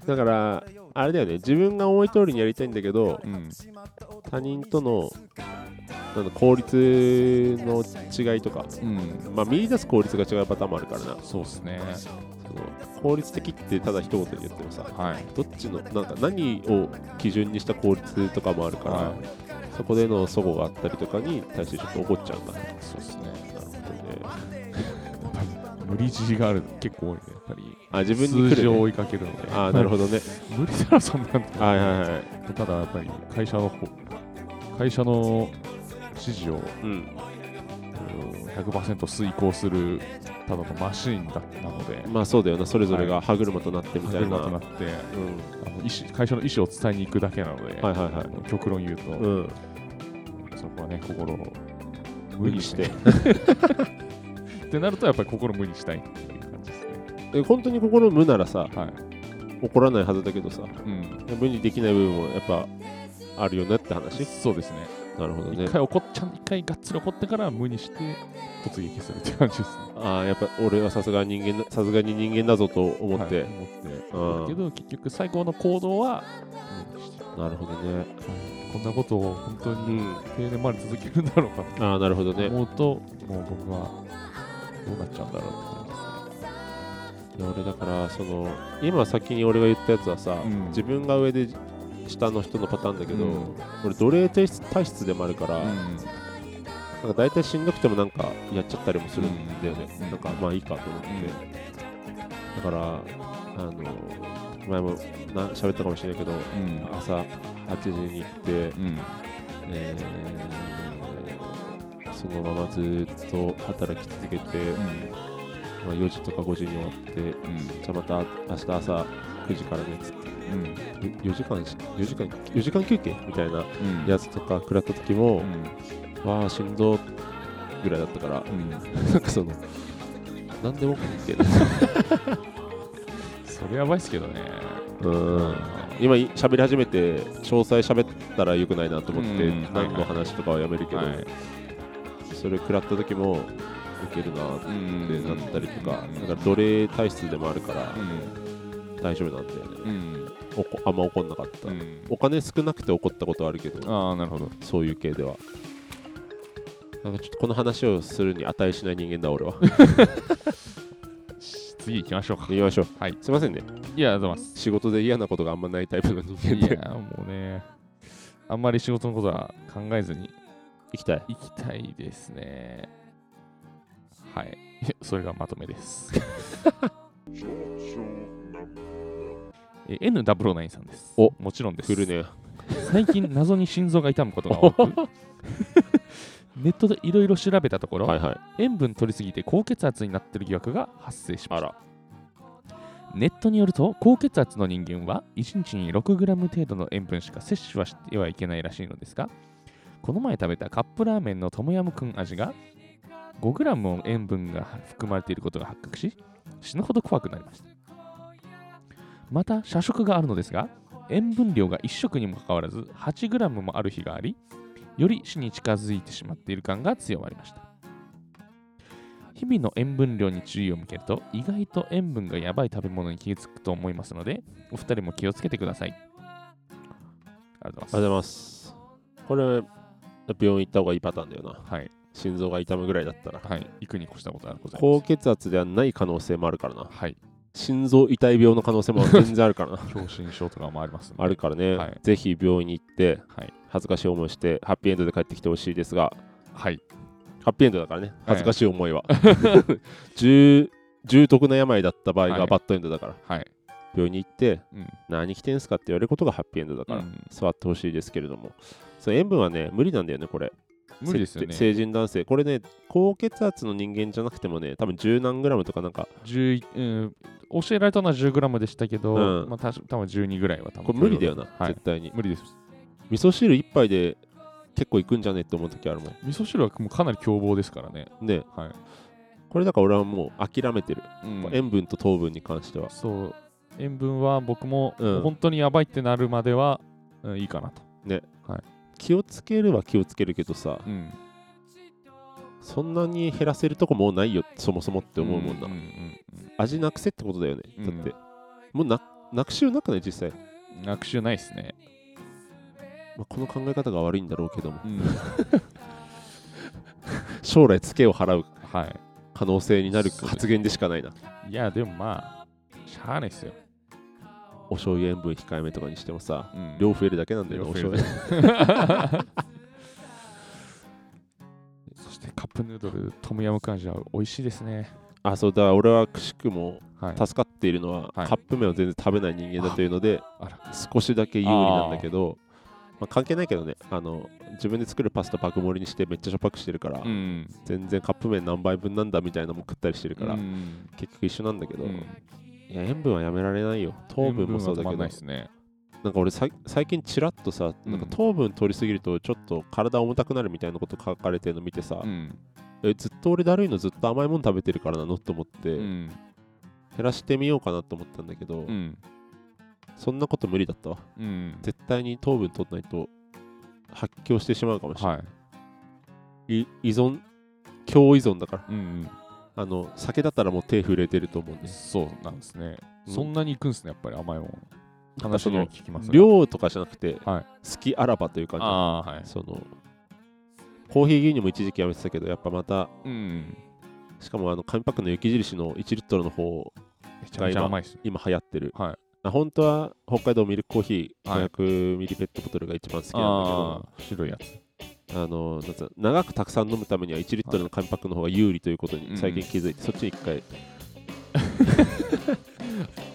だからあれだよね自分が思い通りにやりたいんだけど
うん
他人とのなんだ効率の違いとか
うん
まあ、見出す効率が違うパターンもあるからな
そうですね
その効率的ってただ一言で言ってもさ
はい
どっちのなんか何を基準にした効率とかもあるから、
は
そこでの齟齬があったりとかに対してちょっと怒っちゃうんだなる
そうですね
ほどね
無理強いがある結構多いねやっぱり
あ自分に来
数字
る、
を
ね、
追いかけるので
あーなるほどね
ど <laughs> 無理だろそんなの
はいはいはい
ただやっぱり会社の方会社の指示を
うん
うん100%遂行するただのマシーンだなので
まあそうだよなそれぞれが歯車となってみたいな、
歯車となって
うん
あの意思会社の意思を伝えに行くだけなので、
はいはいはい
あの極論言うと、
うん
そこはね、心を
無理して。
ってなると、やっぱり心を無にしたいっていう感じですね。
え本当に心無ならさ
はい。
怒らないはずだけどさ
うん、
無にできない部分もやっぱあるよねって話
そうですね。
なるほどね
一回怒っちゃん、一回がっつり怒ってから無にして突撃するっていう感じですね。
ああやっぱ俺はさすが人間ださすがに人間だぞと思っ
は
て、
い思って。
うん
けど、結局、最高の行動は無にして、
なるほどね
こんなことを本当
う
に
ん
定年まで続けるんだろうかと
ああなるほどね
思うと、もう僕はどうなっちゃうんだろうって感じです
いや俺だからその今先に俺が言ったやつはさ、
うん
自分が上で下の人のパターンだけど、
うん
俺奴隷体質体質でもあるから、
う
なん
ん
か大体しんどくてもなんかやっちゃったりもするんだよね、
うん
なんかまあいいかと思って、
うん
だからあの前もな喋ったかもしれないけど
うん
朝8時に行って、
うん
えーそのままずっと働き続けて、まあ、4時とか5時に終わって、じゃあまた明日朝9時からねつって
うん
4時間し4時間4時間休憩みたいな
うん
やつとか食らった時
う、
も
ん
わあしんどぐらいだったから
うん
なんかその何でも OK だ
<laughs> それやばいっすけどね。
うん今い喋り始めて詳細喋ったらよくないなと思って、
うん
何の話とかはやめるけど、
はい
それ食らった時もいけるなって
うん
なったりとか、
うん
だから奴隷体質でもあるから
うん
大丈夫なんだよね、
うん
おこあんま怒んなかった、
うん
お金少なくて怒ったことはあるけど
ああ、なるほど。
そういう系ではなんかちょっとこの話をするに値しない人間だ俺は
次行きましょうか。
言いましょう、
はい
すいませんね
いや、ありがとうございます。
仕事で嫌なことがあんまないタイプの人間
い
で
や、もうね、あんまり仕事のことは考えずに
行きたい
行きたいですね。はい。 <laughs> それがまとめです。 <laughs> え N009 さんです。
お
もちろんです。
来るね
最近謎に心臓が痛むことが多
<laughs>
くネットでいろいろ調べたところ、
はいはい
塩分取りすぎて高血圧になってる疑惑が発生しま
あ
した
ら
ネットによると高血圧の人間は1日に 6g 程度の塩分しか摂取はしてはいけないらしいのですがこの前食べたカップラーメンのトムヤムクン味が 5g の塩分が含まれていることが発覚し死ぬほど怖くなりましたまた社食があるのですが塩分量が1食にもかかわらず 8g もある日がありより死に近づいてしまっている感が強まりました日々の塩分量に注意を向けると意外と塩分がやばい食べ物に気がつくと思いますのでお二人も気をつけてくださいありがとうござ
ありがとうござ
い
いますこれ病院行った方がいいパターンだよな
ますはい
心臓が痛むぐらいだったら
はい行くに越したことはございま
高血圧ではない可能性もあるからな
すはい
心臓遺体病の可能性も全然ある
<laughs>
からな
狭心症とかもありますので
あるからね、
はい
ぜひ病院に行って
はい
恥ずかしい思いしてハッピーエンドで帰ってきてほしいですが
はい
ハッピーエンドだからね恥ずかし
<laughs>
い思いは、重重篤な病だった場合
は
が
い
バッドエンドだから、
はい
病院に行って
うん
何来てんすかって言われることがハッピーエンドだから、
うん
座ってほしいですけれどもその塩分はね無理なんだよねこれ
無理ですよね
せ成人男性これね高血圧の人間じゃなくてもね多分十何グラムとかなんか
11うん、教えられたのは 10g でしたけど、
うん
まあ、たし多分12ぐらいは多分
これ無理だよな、
はい
絶対に
無理です
味噌汁一杯で結構いくんじゃねって思う時あるも
味噌汁はもうかなり凶暴ですからね、
んね
はい
これだから俺はもう諦めてる、
うん
塩分と糖分に関しては
そう塩分は僕も
うん
もう本当にやばいってなるまでは、うんいいかなと、
気をつけるは気をつけるけどさ
うん、
そんなに減らせるとこもうないよそもそもって思うもんな、
うんうん
味なくせってことだよね
うん
だって、もうななくしようなくない実際、
うん学習ないですね、
まあ、この考え方が悪いんだろうけども
うん、
将来ツケを払う
<laughs> は
可能性になる発言でしかないない
いいやでもまあしゃあないっすよ、
お醤油塩分控えめとかにしてもさ
うん
量増えるだけなんだよねお
両
醤
方
油
<laughs> そしてカップヌードルトムヤムクンジャ美味しいですね
<laughs> あそうだ俺はくしくも
はい
助かっているのは、
はい
カップ麺を全然食べない人間だというので
あら
少しだけ有利なんだけどまあ、関係ないけどねあの自分で作るパスタ爆盛りにしてめっちゃしょっぱくしてるから、
うん
全然カップ麺何杯分なんだみたいなのも食ったりしてるから、
うん
結局一緒なんだけど、
うん
いや塩分はやめられないよ糖分もそうだけ
塩分は止まん
ど
ない
な
っすね
んか俺さい最近ちらっとさ、
うん
なんか糖分取りすぎるとちょっと体重たくなるみたいなこと書かれてるの見てさ、
うん
えずっと俺だるいのずっと甘いもの食べてるからなのと思って、
うん
減らしてみようかなと思ったんだけど、
うん
そんなこと無理だったわ
うん
絶対に糖分取らないと発狂してしまうかもしれない、
はい
い依存強依存だか
う
ら
ん
あの酒だったらもう手震えてると思うん
うん
です
そうなんですね
うん
そんなにいくんすねやっぱり甘いもん
んか
話
そ
には
の
聞きますね
量とかじゃなくて、
はい
好きあらばという感じ
ああはい
そのコーヒー牛乳も一時期やめてたけどやっぱまた
うん
しかもあの紙パックの雪印の1リットルの方
めちゃめちゃ甘いっす
今流行ってる
はい
あ本当は北海道ミルクコーヒ
はい
ー500ミリペットボトルが一番好きなんだけど、
ああ白いやつ
あのなんつうの長くたくさん飲むためには1リットルの紙パックの方が有利ということ
う
に
ん
最近気づいて、そっちに1回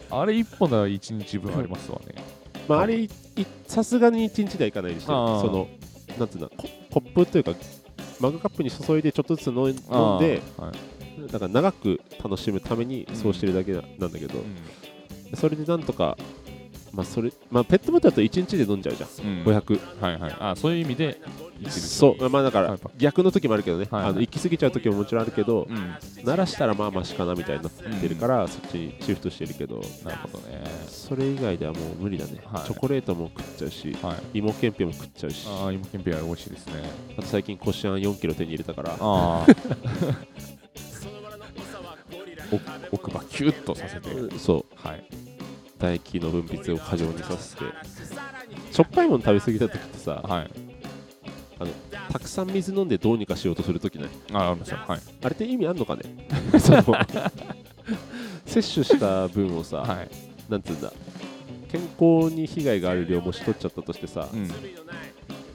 あれ一本なら一日分ありますわね
まあ、あ
はい
れいさすがに1日ではいかないにしてそ
あー
のなんつうのココップというかマグカップに注いでちょっとずつ飲ん飲んで
あーはい
だから長く楽しむためにそうしてるだけななんだけど、それでなんとか、まあそれまあ、ペットボトルだと1日で飲んじゃうじゃん、
うん
500
はいはいあそういう意味で一日
そうまあだか
は
ら
い
逆の時もあるけどね、
はいはい
あの行き過ぎちゃう時ももちろんあるけど、
うんな
鳴らしたらまあましかなみたいになってるから、そっちにシフトしてるけど
るほどね
それ以外ではもう無理だね、
はい
チョコレートも食っちゃうし
はい
芋けんぴも食っちゃうしあ
ああ芋けんぴは美味しいです
<laughs>
ね
と最近こしあん4キロ手に入れたから
ああ奥歯キュッとさせて
うんそう
はい
唾液の分泌を過剰にさせてしょっぱいもの食べ過ぎた時ってさ
はい
たくさん水飲んでどうにかしようとする時ない
あありましたはい
あれって意味あん
<laughs>
のかねその摂取した分をさ、
はい
なんつうんだ健康に被害がある量もし取っちゃったとしてさ、
うん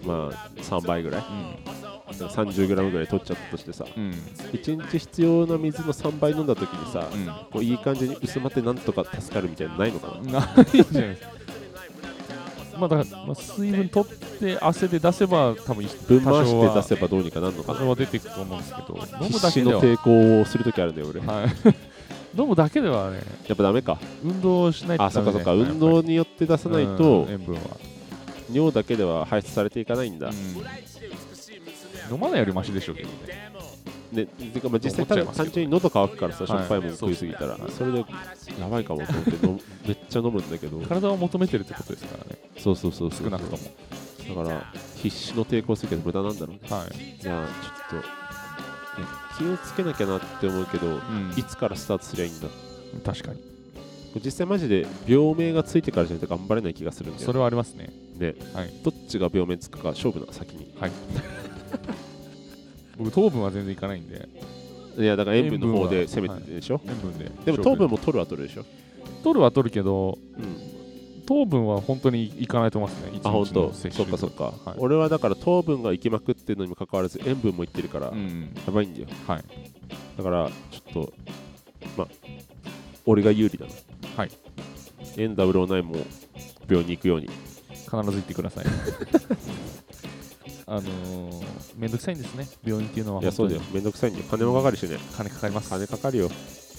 まあ3倍ぐらい
うん
30グラムぐらい取っちゃったとしてさ
うん
1日必要な水の3倍飲んだ時にさ、
うん <laughs>
こういい感じに薄まってなんとか助かるみたいなのないのか
ない
な
んじゃないですかまあだから、まあ、水分取って汗で出せば多分
分回して出
出
せばどうにかなるのか
多
な
少は出てくると思うんですけど飲む
必
だ
死
けで
の
は
抵抗をする時あるんだよ俺や
はい <laughs> 飲むだけではね
っぱダメか
運動をしないと
あそっかそっか運動によって出さ
さ
ないと
塩分は、
尿だけでは排出されていかないんだ、
飲まないよりマシでしょうけどね
でてかまあ実
思っち
際
ゃい
単
ますけど
単純に喉乾くからさ
はい
しょっぱいもの食いすぎたら、それでやばいかもと思って飲むめっちゃ飲むんだ
<laughs>
けど
体を求めてるってことですからね
そうそうそうそ
少
う
なくとも
だから必死の抵抗するけど無駄なんだろうね
はい、
じゃあちょっといや気をつけなきゃなって思うけどいつからスタートすりゃいいんだ
確かに
実際マジで病名がついてからじゃないと頑張れない気がするんだ
そ
よ
れはありますね
で、
はい
どっちが病名つくか勝負な先に
僕糖分は全然いかないんで
いやだから塩分の方で
塩分
攻
は
めてるでしょ、
塩分で
でも糖分
も
も取るは取るでしょ、
取るは取るけど
うん、
糖分は本当にいかないと思いますね一日
あ
の
本当そ
摂
っ
取
かそっか、
はい
俺はだから糖分がいきまくってるのにもかかわらず塩分もいってるから、
うんうん
やばいんだよ
はい
だからちょっとまあ俺が有利だな
はい
N009 も病に行くように
必ず行ってくださいあのー、めんどくさいんですね病院っていうのはい
や
本
そ
当
うだ
に
よめんどくさいんで金もかかるしね
金かかります
金かかるよ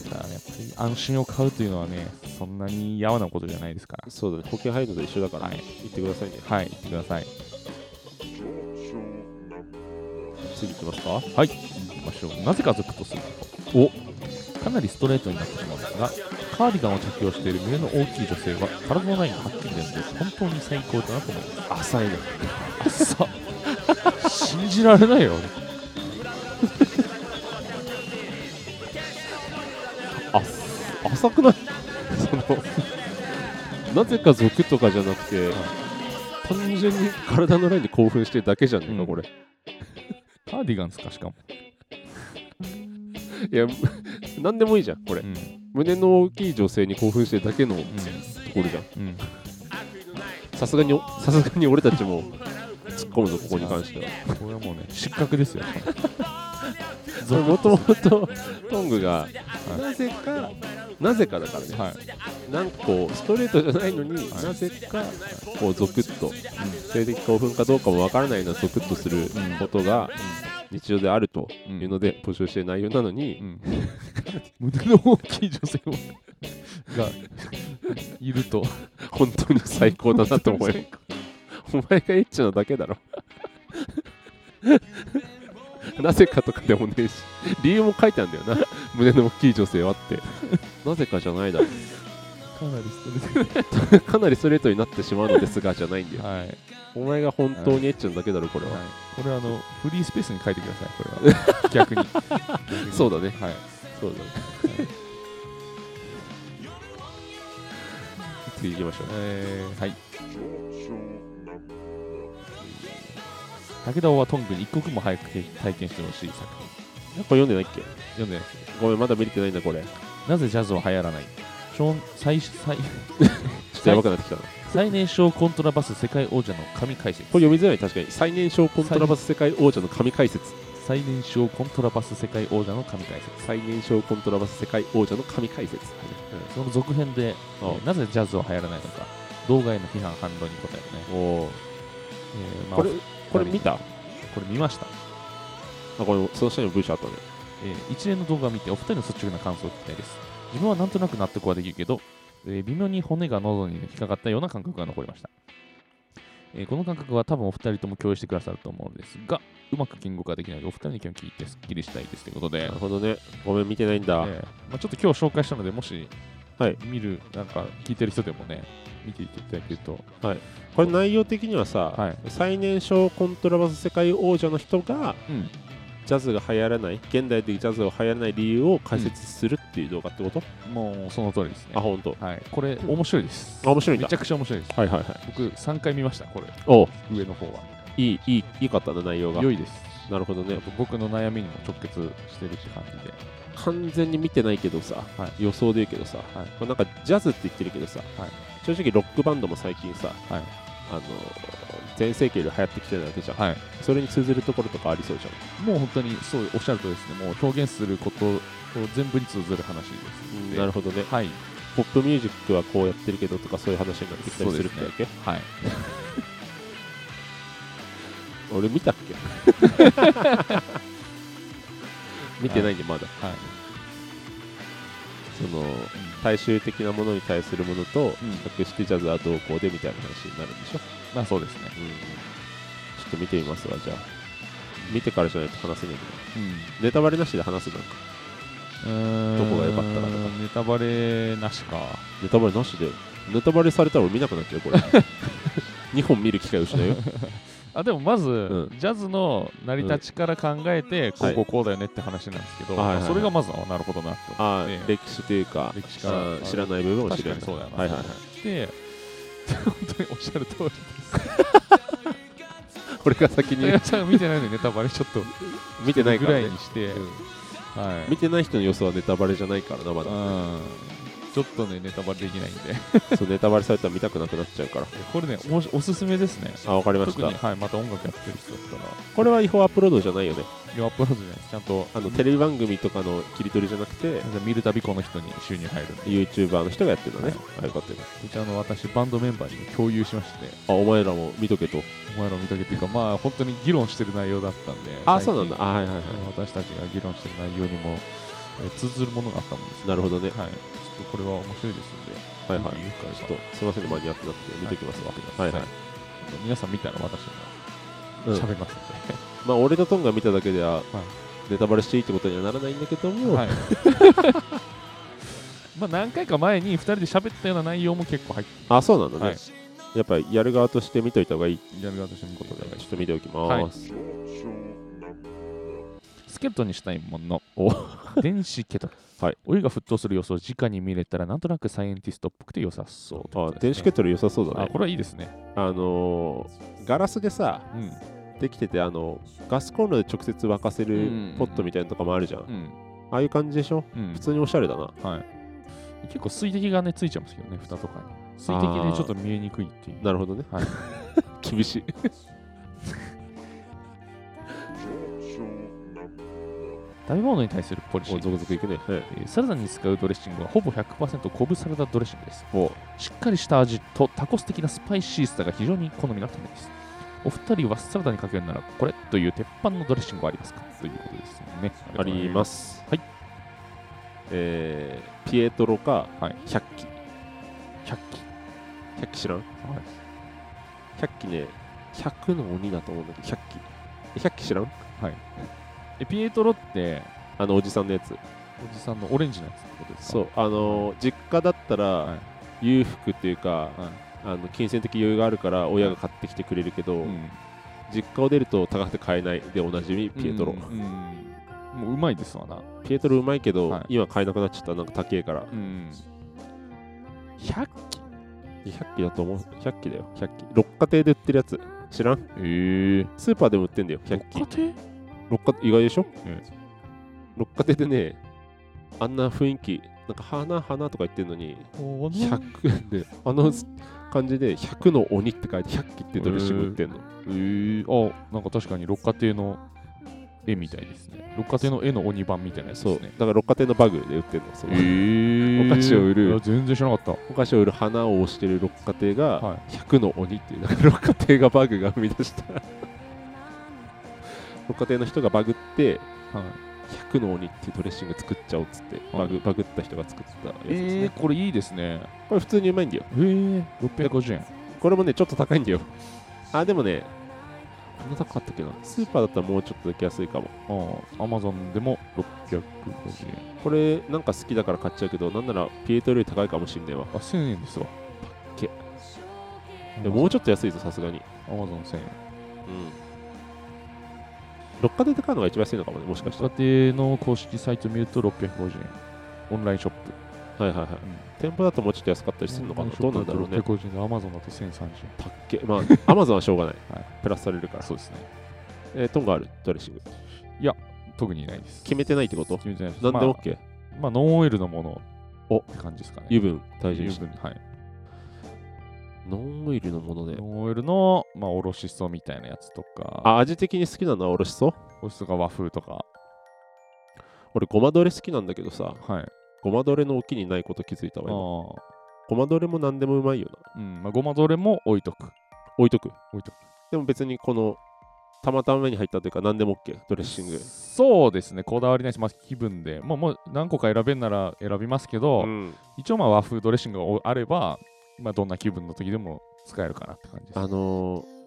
だからやっぱり安心を買うというのはねそんなにやわなことじゃないですから
そうだね保険入るのと一緒だから、
はい
行ってくださいね
はい行ってください
次行きますか
はい行きましょうなぜかゾクッとするおかなりストレートになってしまうんですがカーディガンを着用している胸の大きい女性は体のラインがはっきり出るので本当に最高だなと思います浅いね浅っ信じられないよ
あ浅くない <laughs> そのなぜか族とかじゃなくて、単純に体のラインで興奮してるだけじゃねえか、
うん
これ
カーディガンですかしかも、
いや <laughs> 何でもいいじゃんこれ
うん
胸の大きい女性に興奮してるだけのと
う
ころじゃん
んうん、
さすがにさすがに俺たちも突っ込むぞここに関しては
これはもうね失格ですよ
それもともとトングが、
い
なぜかなぜかだからね、
はい
なんかこうストレートじゃないのに、
はい
なぜかこうゾクッと、性的興奮かどうかもわからないようなゾクッとすることが日常であるというので募集している内容なのに、
うん、 <laughs> 胸の大きい女性をがいると
本当に最高だなと思いお前がエッチなだけだろなぜかとかでもねえし理由も書いてあるんだよな胸の大きい女性はってなぜかじゃないだろ
かなりストレ
かなりストレートになってしまうのですがじゃないんだよ
はい、はい、
お前が本当にエッチなだけだろこれは、
これはあのフリースペースに書いてくださいこれは逆に
そう
だ
だね
はい
そうだね次行きましょう
えー、はい武田はトングに一刻も早く体験してほしい作品
やっぱ読んでないっけ
読んでないです
ごめんまだ見れてないんだこれちょ
なぜジャズは流行らない少最最
っとやばくなってきたな、
最年少コントラバス世界王者の神解説
これ読みづらい確かに最年少コントラバス世界王者の神解説
最年少コントラバス世界王者の神解説
最年少コントラバス世界王者の神解説、
その続編で、
ああ
えーなぜジャズは流行らないのか動画への批判反論に答えるね、
うんおー
えーまあ
これ
こ
これ見たあ
れ見ました、
これその下にも文章あったね
えー一連の動画を見てお二人の率直な感想を聞きたいです自分はなんとなく納得はできるけど、えー微妙に骨が喉に引っかかったような感覚が残りました、えーこの感覚は多分お二人とも共有してくださると思うのですがうまく言語化できないのでお二人の意見を聞いてすっきりしたいですということで
なるほどねごめん見てないんだ、
えーまあ、ちょっと今日紹介したので、もし、
はい
見る、なんか聞いてる人でもね、見ていただけると、
これ内容的にはさ、
はい
最年少コントラバス世界王者の人が
うん、
ジャズが流行らない現代的ジャズが流行らない理由を解説するっていう動画ってこと、
もうその通りですね
あ。本当。
はい、これ、面白いです。
あ面白いん
め
だ
ちゃくちゃ面白いです。
はいはいはい
僕、3回見ました、これ、
おう
上の方は。
いいいいいいかったな内容が
良いです。
なるほどね
僕の悩みにも直結してるって感じで。
完全に見てないけどさ、
は
予想で言うけどさ、これなんかジャズって言ってるけどさ、
はい
正直ロックバンドも最近さ、
はい
あの全盛期より流行ってきてるわけじゃん、
はい、
それに通ずるところとかありそうじゃん
もう本当にそうおっしゃるとですね、もう表現することを全部に通ずる話です。で
なるほどね
はい、
ポップミュージックはこうやってるけどとかそういう話になってきたりするってわけ、
はい。
俺見たっけ <laughs> 見てないんでまだ
はい。
その大衆的なものに対するものと比較してジャズはどうこうでみたいな話になるんでしょ、
まあそうですね。
ちょっと見てみますわじゃあ見てからじゃないと話せないけど
うん
ネタバレなしで話すなんか
うーん
どこが良かったかとか
ネタバレなしか
ネタバレなしでネタバレされたら俺見なくなっちゃうこ
<laughs>
れ2本見る機会失うよ
あでもまず、
ん
ジャズの成り立ちから考えて、こ
は
う
い
こうこうだよねって話なんですけど、
はいはいはい
それがまずあなるほどなって思
ああ、
ええ
歴史というか
歴史から
ああ知らない部分を知れる
確かにそうだよな
はいはいはい
って本当におっしゃる通り
俺が先に
でちゃん見てないのにネタバレちょっと
見てないか
<laughs> ぐらい
ら、ね
にして、
うん
はい
見てない人の予想はネタバレじゃないからなまだ
うんちょっとね、ネタバレできないんで。
そうネタバレされたら見たくなくなっちゃうから
これね、おもしおすすめですね。
あわかりまし
特に、
た
はい、また音楽やってる人だったら、
これは違法アップロードじゃないよね
ヨアップロードじゃないです。ちゃんと、
あのテレビ番組とかの切り取りじゃなくて
見るたびこの人に収入入るんで。
YouTuber の人がやってるのねあよかったよ
うちあの、私、バンドメンバーにも共有しまして、
あお前らも見とけと
お前ら見かけっていうか、まあ、本当に議論してる内容だったんで、
あ
最近
そうなんだあはいはいはい
私たちが議論してる内容にも、えー通ずるものがあったもんです
なるほどね
はい、ちょっとこれは面白いですので、
はいはい
見てくだ
ち
さ
ょ
い
っとすいませんね間に合ってなくて見ときますわ
はい見てくださ
はいいはい
皆さん見たら私
う
も
ん
喋ります
まあ俺とトンが見ただけでは
は
ネタバレしていいってことにはならないんだけど
ので、
も
はい、 <laughs> まあ何回か前に2人で喋ったような内容も結構入って
あそうなんだ
は
ね
い
やっぱりやる側として見といた方がいい
るやる私のこ
こと
と
で
で
ちょっと見ておきます
スケルトンにしたいものを電子ケトル、
<laughs> はい
お湯が沸騰する様子を直に見れたらなんとなくサイエンティストっぽくて良さそうという
あ
ことで
電
す
子
ね、
ケトル良さそうだ
あ
ね
これはいいですね、
あのーガラスでさ
うん
できててあのガスコンロで直接沸かせる
うん
ポットみたいなのとかもあるじゃん、
うん
ああいう感じでしょ
うん
普、通におしゃれだな
はい。結構水滴がね、ついちゃいますけどね、蓋とかに。水滴
あ
で
ー
ちょっと見えにくいっていう。
なるほどね、 <laughs>
はい
厳しい
食べ物に対するポリシ
お
ー。
続々いくね、はい
えーサラダに使うドレッシングはほぼ100%昆布サラダドレッシングです。
お
しっかりした味とタコス的なスパイシーさが非常に好みのためです。お二人はサラダにかけるならこれという鉄板のドレッシングはありますかということですね。。
ありますす
はい
えー、ピエトロか、
はい
百鬼
100機。
百鬼知らん百鬼ね100の鬼だと思うんだけど百鬼え百鬼知らん
えピエトロって、
あのおじさんのやつ
おじさんのオレンジのやつってことですか
そう。あのー実家だったら、
はい
裕福っていうか、
はい
あの金銭的余裕があるから親が買ってきてくれるけど、
うん
実家を出ると高くて買えないでおなじみピエトロ、
うんうんもううまいですわな。
ピエトロうまいけど、
はい
今買えなくなっちゃったなんか高えから
うん。100
100機だと思う100機だよ100機六花亭で売ってるやつ知らん
ええ
スーパーでも売ってんだよ100機
家
六花意外でしょ、
え
六花亭でねあんな雰囲気なんか花花とか言ってんのに
庭
100円であの感じで100の鬼って書いて100機ってドレッシング売ってんの、
えー、あなんか確かに六花亭の絵みたいですね六花亭の絵の鬼版みたいなやつ
そ
で
う
すね
だから六花亭のバグで売ってんのそ
え
の
ー
お菓子を売る
いや全然知らなかっ
お菓子を売る花を押してる六花亭
た、
が
はい、
100の鬼っていう、なんか六花亭がバグが生み出した六花亭の人がバグって
はい、
100の鬼っていうドレッシング作っちゃおうっつってバグ,、
はい
バグった人が作ったやつ
え
です
ー、
ね、
これいいですね
これ普通にうまいんだよ
えー、650円
これもねちょっと高いんだよあでもねこんな高かったっけなスーパーだったらもうちょっとだけ安いかも
あアマゾンでも650円
これなんか好きだから買っちゃうけどなんならピエトロより高いかもしんねえわ
あ1000円ですわ
けで
で
ももうちょっと安いぞさすがに
アマゾン1000円
うん六花亭で買うのが一番安いのかもねもしかした
六花亭の公式サイト見ると650円オンラインショップ
らはいはいはい、
ん
店舗だともうちょっと安かったりするのかなどうなんだろうね
650円で Amazon だと1030円
たっけまあアマゾンはしょうがない、
<laughs> はい
プラスされるから、
そうですね
えートンがあるドレッシング
特にないです
決めてないってこと
決めてないです
なんで OK、
まあ、まあ、ノンオイルのもの
お
って感じですかね
油分大事に
油
して
分はい
ノンオイルのもので
ノンオイルの、まあ、おろしそみたいなやつとか
あ味的に好きなのはおろしそ
おろしそが和風とか
俺ごまドレ好きなんだけどさ
はい
ごまドレのお気にないこと気づいた
あ
わ今
ー
ごまドレも何でもうまいよな
うんまあ、ごまどれも置いとく
置いとく
置いとく
でも別にこのたまたま目に入ったというか何でも OK ドレッシング
そうですねこだわりないし、まあ、気分で、まあ、もう何個か選べんなら選びますけど、
ん、
一応まあ和風ドレッシングがおあれば、まあ、どんな気分の時でも使えるかなって感じです
あのー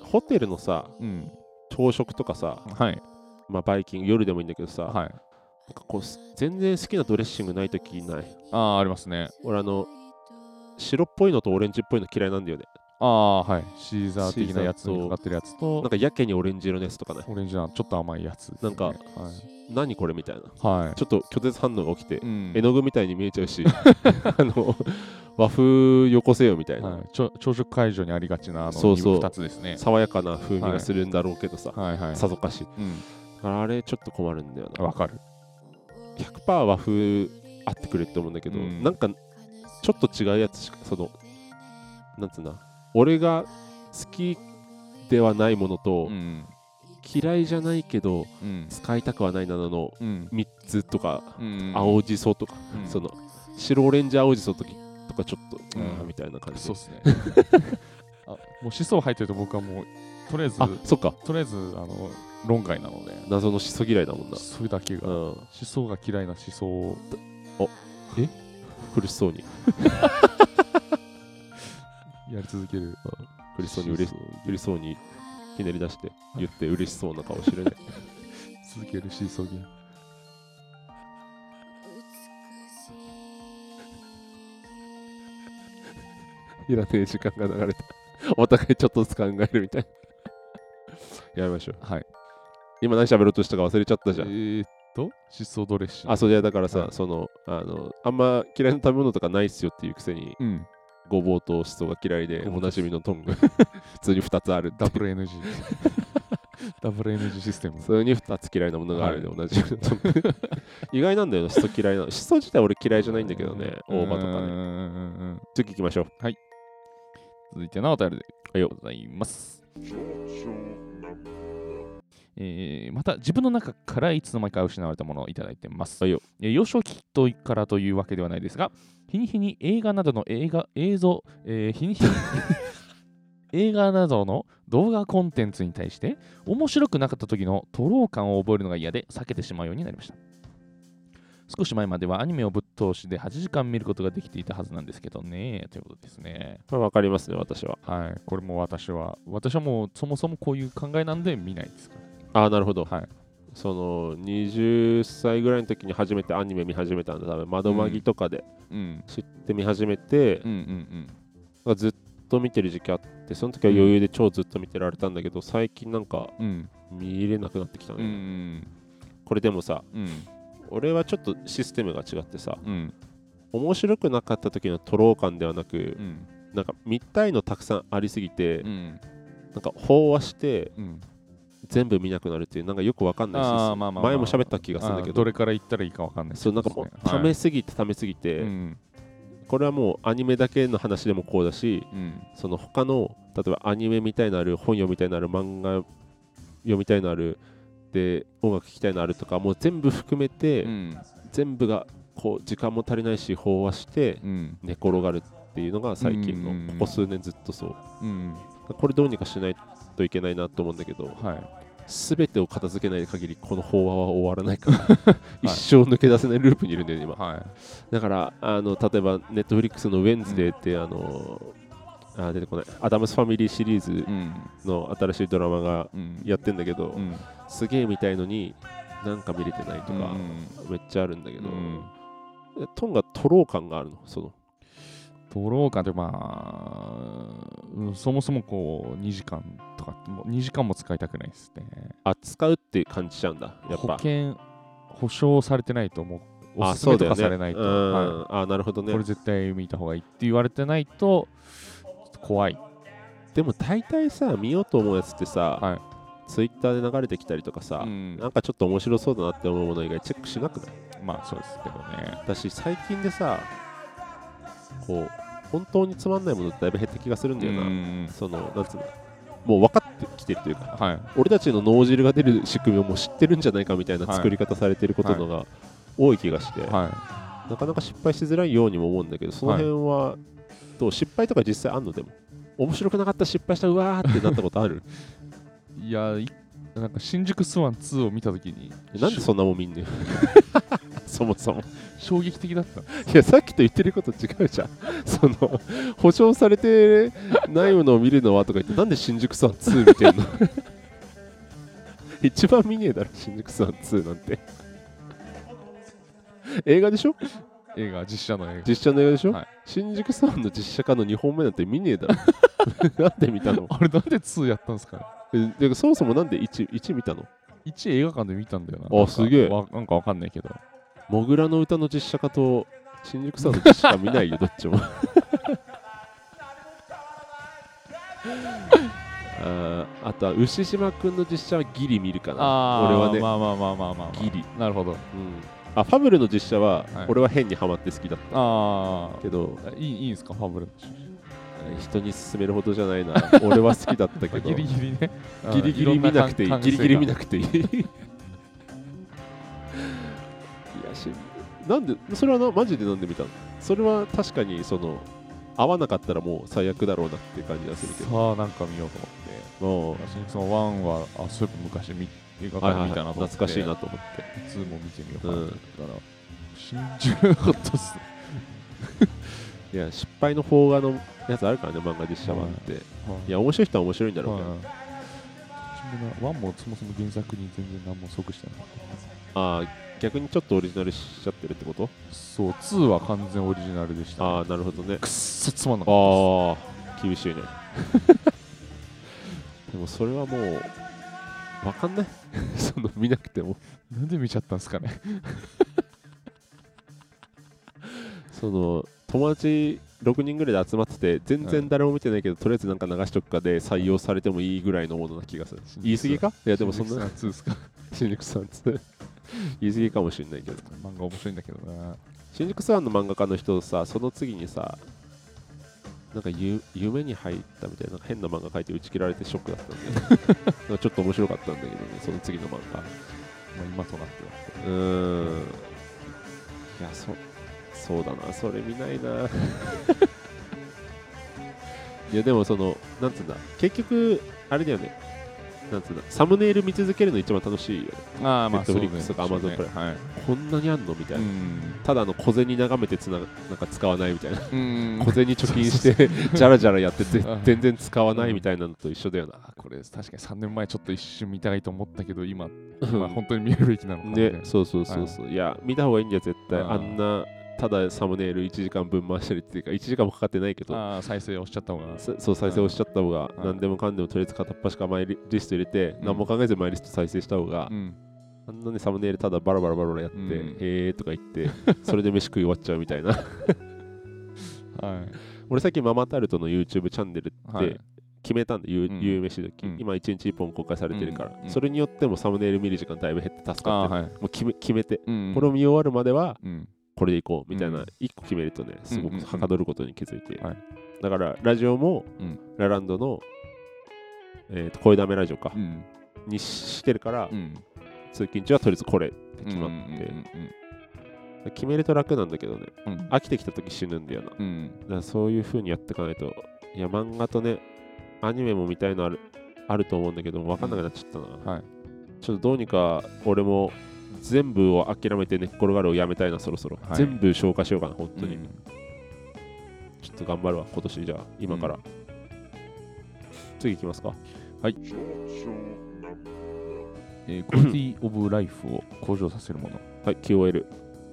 ホテルのさ
うん
朝食とかさ、
はい
まあ、バイキング夜でもいいんだけどさ、
はい
なんかこうす全然好きなドレッシングない時ない
ああありますね
俺あの白っぽいのとオレンジっぽいの嫌いなんだよね
ああはいシーザー的なやつにかかってるやつと
なんかやけにオレンジ色のやつとかね
オレンジなちょっと甘いやつですね、
なんか
はい、
何これみたいな
はい
ちょっと拒絶反応が起きて、
うん
絵の具みたいに見えちゃ
<laughs>
うしあの和風よこせよみたいな、
はい、ちょ朝食会場にありがちなあの
そうそう
2つですね
爽やかな風味がするんだろうけどさ、
はいはい
さぞかし
うん
だからあれちょっと困るんだよな
わかる
100%和風あってくれって思うんだけど、
うん
なんかちょっと違うやつしかそのなんつうな俺が好きではないものと、
うん
嫌いじゃないけど
うん
使いたくはないなのの
うん
3つとか、
うん
青じそとか、
うん
その白オレンジ青じそとかとかちょっと、う
うん
んみたいな感じ
そうで
です
ね <laughs> あもう思想入ってると僕はもうとりあえず
あそっか
とりあえずあの論外なので
謎のしそ嫌いだもんな
それだけが、
う
思
ん
想が嫌いな思想を
苦しそうに
やり続ける
苦しそうに嬉し嬉しそうにひねり出して言って嬉しそうな顔してるね
続ける思想ゲーム
いらねえ時間が流れた <laughs> お互いちょっとずつ考えるみたい <laughs> なやりましょう
はい
今何喋ろうとしたか忘れちゃったじゃん、
えー、っと思想ドレッシング
あそうじゃだからさ、
はい
そのあのあんま嫌いな食べ物とかないっすよっていうくせに
うん
ごぼうとしそが嫌いで
ごぼ
お
うと
な
しそ
じみのトング <laughs> 普通に2つあるって
ダブル <laughs> NG ダブル NG システム
普通に2つ嫌いなものがあるで、おなじみのトング <laughs> 意外なんだよなしそ嫌いなのしそ自体俺嫌いじゃないんだけどね大葉とか
う
ね
んうんうんうんうん
次行きましょう
続いてのお便り
はい
で
よ
ございます、えーまた自分の中からいつの間にか失われたものをいただいてます、
はいよ
えー幼少期とからというわけではないですが日に日に映画などの映画映像、えー日に <laughs> 日に映画などの動画コンテンツに対して面白くなかった時の徒労感を覚えるのが嫌で避けてしまうようになりました少し前まではアニメをぶっ通しで8時間見ることができていたはずなんですけどねということですね
これ分かりますね私は
はい、これも私は、私はもうそもそもこういう考えなんで見ないですから。
ああなるほど、
はい
その20歳ぐらいの時に初めてアニメ見始めたんだ多分窓マギとかで
うん、
知って見始めて
う、ん、うん、
なんかずっと見てる時期あってその時は余裕で超ずっと見てられたんだけど最近なんか
うん、うん、
見れなくなってきたね、
うん、
これでもさ
うん、
俺はちょっとシステムが違ってさ
うん、
面白くなかった時のとろう感ではなく
う、ん、
なんか見たいのたくさんありすぎて、
うん、
なんか飽和して
うん、
全部見なくなるっていうなんかよくわかんないシステム
あーまあまあまあ
前も喋った気がするんだけ
あーど
ど
れから言ったらいいかわかんないです
そ
ね。
うなんかもう
は
溜
い
めすぎて溜めすぎて、
うん、
これはもうアニメだけの話でもこうだし
うん、
その他の例えばアニメみたいのある本読みたいのある漫画読みたいのあるで音楽聴きたいのあるとかもう全部含めて、
うん、
全部がこう時間も足りないし飽和して
うん、
寝転がるっていうのが最近
うんうんう
の
ん
ここ数年ずっとそう
うん、
これどうにかしないといけないなと思うんだけど
はい。
全てを片付けない限りこの飽和は終わらな
<laughs>
いから <laughs> 一生抜け出せないループにいるんだよね今
は
だからあの例えばネットフリックスの「ウェンズデー」って、あのあ出てこないアダムスファミリーシリーズ
い。うん、
の新しいドラマが
うん、
やってんだけど、
うん、
すげえ見たいのになんか見れてないとか
う、ん、
めっちゃあるんだけ
け
ど、えトンがとろう感があるのその
取ろうかでまあ、うんそもそもこう2時間とか、もう2時間も使いたくないですね。
扱うって感じちゃうんだやっ
保
ぱ
険保証されてないともうお
あ
すすめ
だ
と
よ
か
ね
されないと、
うん
は
あなるほど
い
ね
これ絶対見た方がいいって言われてないと怖い
でも大体さ見ようと思うやつってさ、
はい
ツイッターで流れてきたりとかさ、
うん
なんかちょっと面白そうだなって思うもの以外チェックしなくない
まあそうですけどね
だし最近でさこう本当につまんないものってだいぶ減った気がするんだよな、
うん
そのなんつうのもう分かってきてるというか
はい
俺たちの脳汁が出る仕組みをもう知ってるんじゃないかみたいな
はい
作り方されてることのが多い気がして、
は
なかなか失敗しづらいようにも思うんだけどその辺はどう失敗とか実際あんのでも面白くなかった失敗したうわーってなったこと
<laughs>
ある
いいやいなんか新宿スワン2を見たときに
なんでそんなもん見んねん <laughs> そもそも <laughs>
衝撃的だった
いやさっきと言ってること違うじゃん <laughs> その保証されてないものを見るのはとか言ってなんで新宿さん2見てんの <laughs> 一番見ねえだろ新宿さん2なんて映画でしょ
映画実写の
<laughs>
映
実写の映画でしょ、
はい
新宿さんの実写化の2本目なんて見ねえだろ <laughs> なんで見たの
画あれなんで2やったんですか
えでそもそもなんで 1, 1見たの
1映画館で見たんだよな
あ
なんか
すげえ
わなんかわかんないけど
モグラの歌の実写化と新宿さんの実写化見
<laughs>
ないよどっちもあーあとは牛島くんの実写はギリ見るかな
あー
俺はね、
まあまあまあまあまあ、まあ、
ギリ
なるほど
うん、あファブルの実写は
はい
俺は変にハマって好きだっ
あ
たけど、
あいいいいんですかファブルの
人に勧めるほどじゃないな俺は好きだったけ
<laughs>
ど
ギリギリね
ギリギリ見なくていいギリギリ見な
て
くていい <laughs> いやしなんでそれはなマジでなんで見たのそれは確かにその合わなかったらもう最悪だろうなって感じがするけど
さあなんか見ようと思って
うんはい
私そのワンはあそういえば昔見映画
は
館で
いはい
見たなと思って、
懐かしいなと思っ
2
て
も見てみようかなと思ったら、信じられなかったっすね
いや失敗の邦画のやつあるからね漫画実写版って、い、
や
や面白い人は面白いんだろうけど、
ワンもそもそも原作に全然何も即してなかった
ああ逆にちょっとオリジナルしちゃってるってこと
そう2は完全オリジナルでした、
ああなるほどね
くっそつまんなかったっ
ああ厳しいね <laughs> でもそれはもうわかんないその見なくても
すなんで見ちゃったんすかね
その友達6人ぐらいで集まってて全然誰も見てないけど、とりあえずなんか流しとくかで採用されてもいいぐらいのものな気がする
そう
言い過ぎかいやでもそんな
2ですか
新宿さんつって言い過ぎかもしれないけど
漫画面白いんだけどな
新宿さんの漫画家の人さその次にさなんかゆ夢に入ったみたいななんか変な漫画描いて打ち切られてショックだったんで <laughs> なんかちょっと面白かったんだけどねその次の漫画
まあ、今となっては
うーんいやそそうだなそれ見ない
<laughs>
ないやでもそのなんつうんだ結局あれだよねなんつうんだサムネイル見続けるの一番楽しいよね
ああ
まあそうね Netflix とか Amazon プライ
はい
こんなにあんのみたいな、
ん
ただあの小銭眺めてつななんか使わないみたいな
うん
小銭貯金してじゃらじゃらやってぜ
うん
全然使わないみたいなのと一緒だよな。
あこれ確かに3年前ちょっと一瞬見たいと思ったけど今
うん
まあ本当に見るべきなのかな
ね、そうそうそうそう、い、や見た方がいいんだよ絶対、
うん
あんなただサムネイル1時間分回したりっていうか1時間もかかってないけど
ああ再生押しちゃった方が
そそう再生押しちゃった方が
うん
何でもかんでもとりあえず片っ端からマイリリスト入れて
うん
何も考えずマイリスト再生した方が
うん
あんなねサムネイルただバラバラバラバラやって
う
へ
ん
えーとか
<laughs>
言ってそれで飯食い終わっちゃうみたいな <laughs>
はい
俺さっきママタルトの YouTube チャンネルっ
は
て
い
決めたんで、ゆう
うん
有名し時、
うん
今1日1本公開されてるから、
うん
それによってもサムネイル見る時間だいぶ減って助かって
あ
る
あはい
もう決め決めて、
うん
これを見終わるまでは
うん
これでいこうみたいな、
うん
1個決めるとねすご
うんうんう
く
ん
はかどることに気づいて、
はい
だからラジオも、
うん
ラランドの、えー、と声だめラジオか
う、ん
にしてるから、
うん
通勤中はとりあえずこれって決まって、
うん
決めると楽なんだけどね
うんうん
飽きてきた時死ぬんだよなだか
うんうん
らそういう風にやっていかないといや漫画とねアニメも見たいのあるあると思うんだけど分かんなくなっちゃったな、
はい
ちょっとどうにか俺も全部を諦めて寝っ転がるをやめたいな、そろそろ。
はい
全部消化しようかな、本当に。
うん
ちょっと頑張るわ、今年じゃあ、今から。
うん
次行きますか。
えークオリティオブライフを向上させるもの
はい、QOL。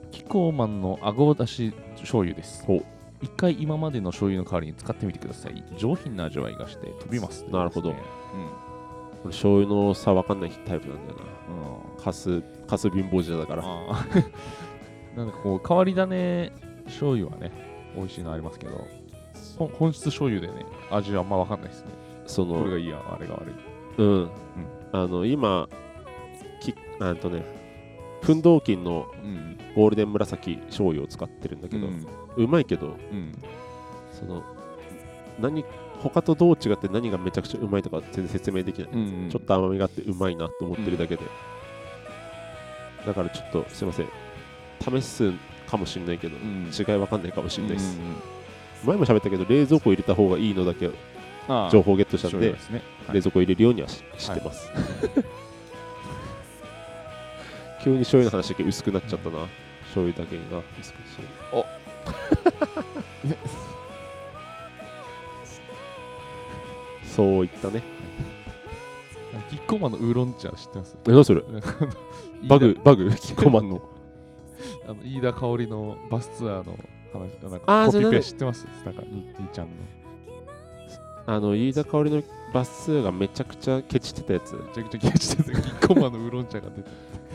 キコーマンのあごだし醤油です
ほう
一回今までの醤油の代わりに使ってみてください上品な味わいがして飛びます
なるほ
と
ど
いうことですね
俺醤油の差分かんないタイプなんだよな。
うんうん
カス、カス貧乏じゃだから。
あーなんかこう変わり種醤油はね美味しいのありますけどほん本質醤油でね味はあんま分かんないですね
そ
これ
の、
がいいやあれが悪い
うん。あの、今、きあんとね、奮闘金の
うん
ゴールデン紫醤油を使ってるんだけど、う
うん
まいけど、
うん
その、何、他とどう違って何がめちゃくちゃうまいとか全然説明できない。
うん
ちょっと甘みがあってうまいなと思ってるだけで、だからちょっとすいません試すかもしれないけど、
うん
違いわかんないかもしれないです、
うんうんうん
前も喋ったけど冷蔵庫入れた方がいいのだけ
あー
情報ゲットしたん
醤
で、
油ですねはい
冷蔵庫入れるようにはし知ってます、 <laughs> 急に醤油の話だけ薄くなっちゃったな、醤油だけが薄くし
ね
<laughs> そういったね
キッコーマンのウーロン茶知ってます
え何それバ
飯
グ
<laughs>
バグキッコーマンの
田あの飯田香織のバスツアーの話なん
あ
か
ー
コ
それ
ピ
なん
ペ
か
知ってますなんかににちゃんのめ
あの飯田香織のバス数がめちゃくちゃケチってたやつ
ちゃくちゃ気がしててキッコーマンのウーロン茶が出て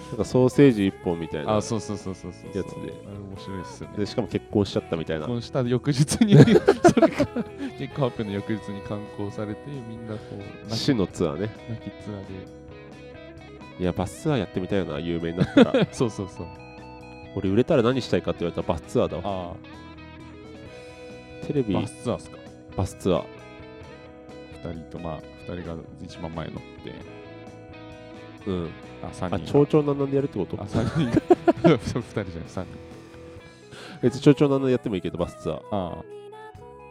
なんかソーセージ1本みたい
あ
な
ーそうそうそうそうそう
やつ
あ
で
れ面白いっすよね
でしかも結婚しちゃったみたいな
結婚した翌日 <laughs> にそれから結婚発表の翌日に観光されてみんなこう泣き
死のツアーね
泣きツアーで <laughs>
いやバスツアーやってみたいよな有名になったら
そうそうそう
俺売れたら何したいかって言われたらバスツアーだわ
あ
テレ
あ
ビ
バスツアーっすか
バスツアー
2人とまあ2人が一番前乗って
うん
あ3人
あ蝶々なんなんでやるってこと
あ三 <laughs> 人2人じゃない3人
別に蝶々なんなんでやってもいいけどバスツアー
あ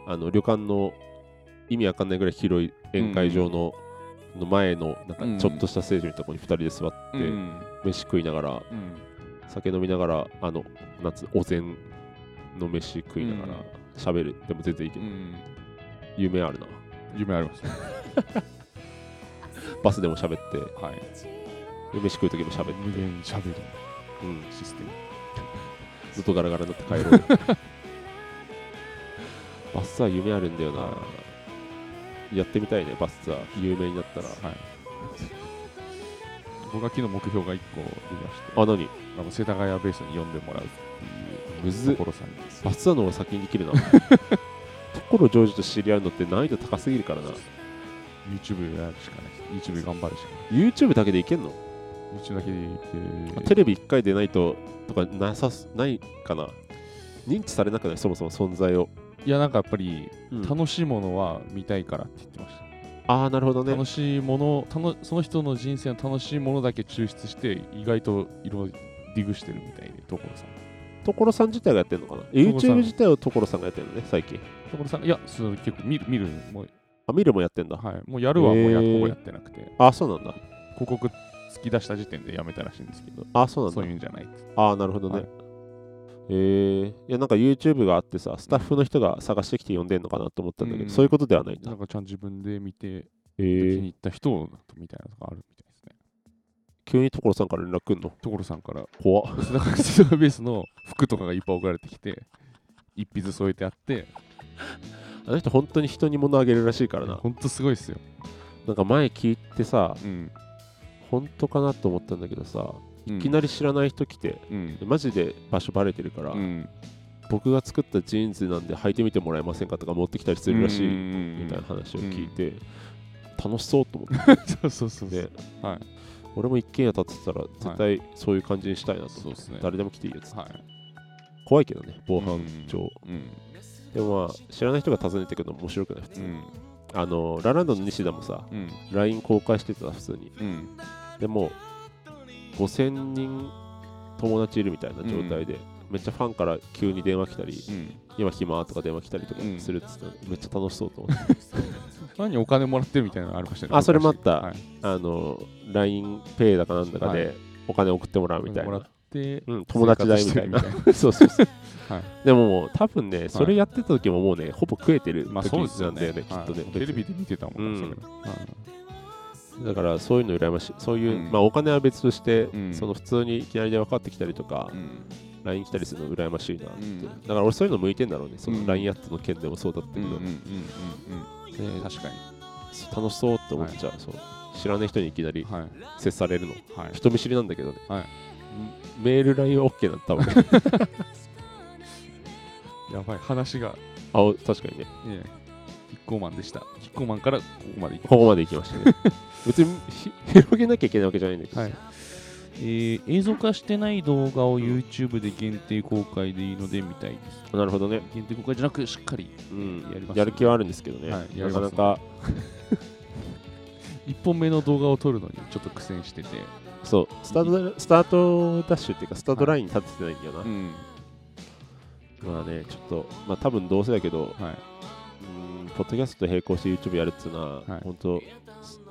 あの旅館の意味わかんないぐらい広い宴会場の,、の前のなんかちょっとしたステージみたいなところに2人で座っ
あ
て、
うん
飯食いながら
うん
酒飲みながらあの夏お膳の飯食いながら
うん
喋る、でも全然いいけ
う
ど、
ん
夢あるな
夢ありますね
バスでも喋って
はい
で飯食う時も喋って、
無限しゃべる
うん、
システム
ずっとガラガラになって帰ろう
<laughs>
バスツアー夢あるんだよな、
は
やってみたいねバスツアー有名になったら
はい僕は昨日目標が1個出まして
あ何
あの世田谷ベースに呼んでもらうって
む
い
ず
う
っ
ところさんに
バスツアーの方が先にで
<laughs>
きるなところジョージと知り合うのって難易度高すぎるからな
YouTube やるしかないです YouTube 頑張るしかない
YouTube だけでいけんの、
YouTube だけでいて
テレビ1回出ないととかなさすないかな認知されなくないそもそも存在を、
いやなんかやっぱり
うん
楽しいものは見たいからって言ってました、
ああなるほどね
楽しいものたのその人の人生の楽しいものだけ抽出して意外といろいろディグしてるみたいで所さん
所さん自体がやってるのかな
所さ
YouTube
ん
自体を所さんがやってるのね最近
所さんいやその結構見る見るもう,、
あ見るもやってんだ、
はい、もうやるはもうや,、
へー
ほぼやってなくて
ああそうなんだ
広告突き出した時点でやめたらしいんですけど
ああそうなんだ
そういうんじゃないって
ああなるほどね、
はい
えー、いやなんか YouTube があってさスタッフの人が探してきて呼んでんのかなと思ったんだけど、
うん
そういうことではないんだ
なんかちゃんと自分で見て
え
気に入
ー、
った人をみたいなのがあるみたいですね
急に所さんから連絡くんの
所さんから
怖っ
世田谷セドベースの服とかがいっぱい送られてきて一筆添えてあって
あの人本当に人に物あげるらしいからな
ほんとすごいっすよ、
なんか前聞いてさ
うん
本当かなと思ったんだけどさ
うん、
いきなり知らない人来て
うん
マジで場所バレてるから、
うん、
僕が作ったジーンズなんで履いてみてもらえませんかとか持ってきたりするらしいみたいな話を聞いて、楽しそうと思っ
<laughs> そうそうそうそう
て
はい
俺も一軒家建てたら絶対そういう感じにしたいなと
そうですね
誰でも来ていいやつ
はい
怖いけどね防犯上、
うん
でもまあ知らない人が訪ねてくるの面白くない普
う
通、
ん
あのラランドの西田もさ
うん
LINE 公開してた普通に
うん
でも5000人友達いるみたいな状態で、めっちゃファンから急に電話来たり
うん
今暇とか電話来たりとか
うん
するっつって、めっちゃ楽しそうと思って
何お金もらってるみたいなのありましたね
あそれもあった
はい、
あの LINEPay だかなんだかで、
は
お金送ってもらうみたい
もら
な
っ、て
うん、友達代みたいな
生
<laughs>
活してるみ
そうそうそう、
はい
でももう多分ねそれやってた時ももうねほぼ食えてる時
まあそうです
な
よ
んだ
ね
よね、
はい
きっとね、
テレビで見てたもんね、
うん
それは
だからそういうの羨ましいそういう、
うん
まあお金は別として、
うん
その普通にいきなり電話かかってきたりとか
う、ん
LINE 来たりするの羨ましいなっ
う
て、
ん
だから俺そういうの向いてんだろうねそ
うん
の LINE アットの件でもそうだったけ
うん
ど、
うんうん
ね
うんうん確か
楽しそうって思っちゃう,、そう知らない人にいきな
に
り
はい
接されるの
はい
人見知りなんだけどね、
はい
メール LINE は OK だったわ
<laughs>
あ
やばい話が
お確かにね
ねキッコーマンでしたキッコーマンからここまで行
ここまで行きましたね別にひ <laughs> 広げなきゃいけないわけじゃないんだけ
<laughs>
ど、
はいえー映像化してない動画を YouTube で限定公開でいいので見たいです
なるほどね、
限定公開じゃなくしっかり
うん
やります
やる気はあるんですけどね、
はいや
な
り
か
ますね
なか
1本目の動画を撮るのにちょっと苦戦してて、
そうスタートスタートダッシュっていうかスタートラインに立ててないんだよな、
ん
まあねちょっとまあ多分どうせだけど
はいう
ーんポッドキャストと並行して YouTube やるっていうのは、
はい
本当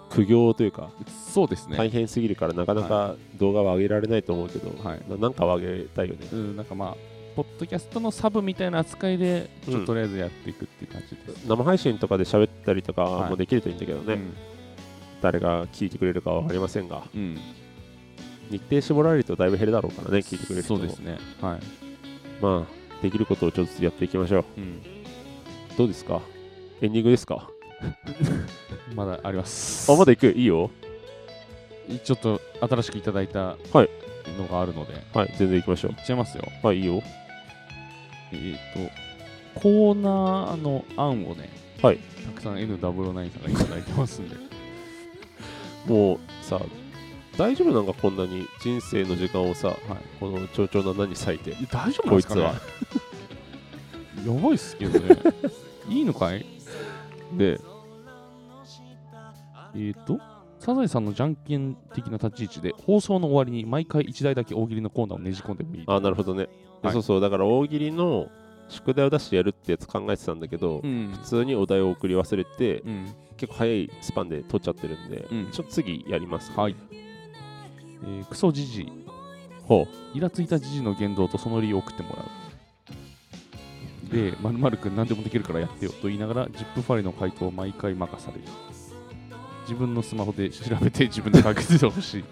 苦行というか、
そうですね、
大変すぎるからなかなか動画は上げられないと思うけど、
はい
ななんかは上げたいよね
うん、なんかまあポッドキャストのサブみたいな扱いでちょっ
うん
ととりあえずやっていくっていう感じです、
生配信とかで喋ったりとか
はい
もできるといいんだけどね、誰が聞いてくれるかは分かりませんが
うん、うん、
日程絞られるとだいぶ減るだろうからね聞いてくれる人
そ
も
うですねはい、
まあできることをちょっとずつやっていきましょう
うん、
どうですかエンディングですか
まだあります
あまだ行くいいよ
ちょっと新しくいただいた
はい
のがあるので、
はい全然行きましょ
いっちゃいますよ
うはいいいよ
えー、とコーナーの案をね、
はい
たくさん N009 さんがいただいてますんで、
もうさ大丈夫なんかこんなに人生の時間をさこのちょうちょうな何咲いて
いや大丈夫なんですかね
こ
やばいっすけど <laughs> ねいいのかい
で
えっ、と、サザエさんのじゃんけん的な立ち位置で、放送の終わりに毎回1台だけ大喜利のコーナーをねじ込んでもいい。
あなるほどね、
はい
そうそうだから大喜利の宿題を出してやるってやつ考えてたんだけど、
うん
普通にお題を送り忘れて
うん。
結構早いスパンで取っちゃってるんで、
うん
ちょっと次やります、
はい。えークソじじい、
ほ
イラついたじじいの言動とその理由を送ってもらう。で、まるくん何でもできるからやってよと言いながら、ジップファイルの回答を毎回任される。自分のスマホで調べて自分で確認てほしい。
う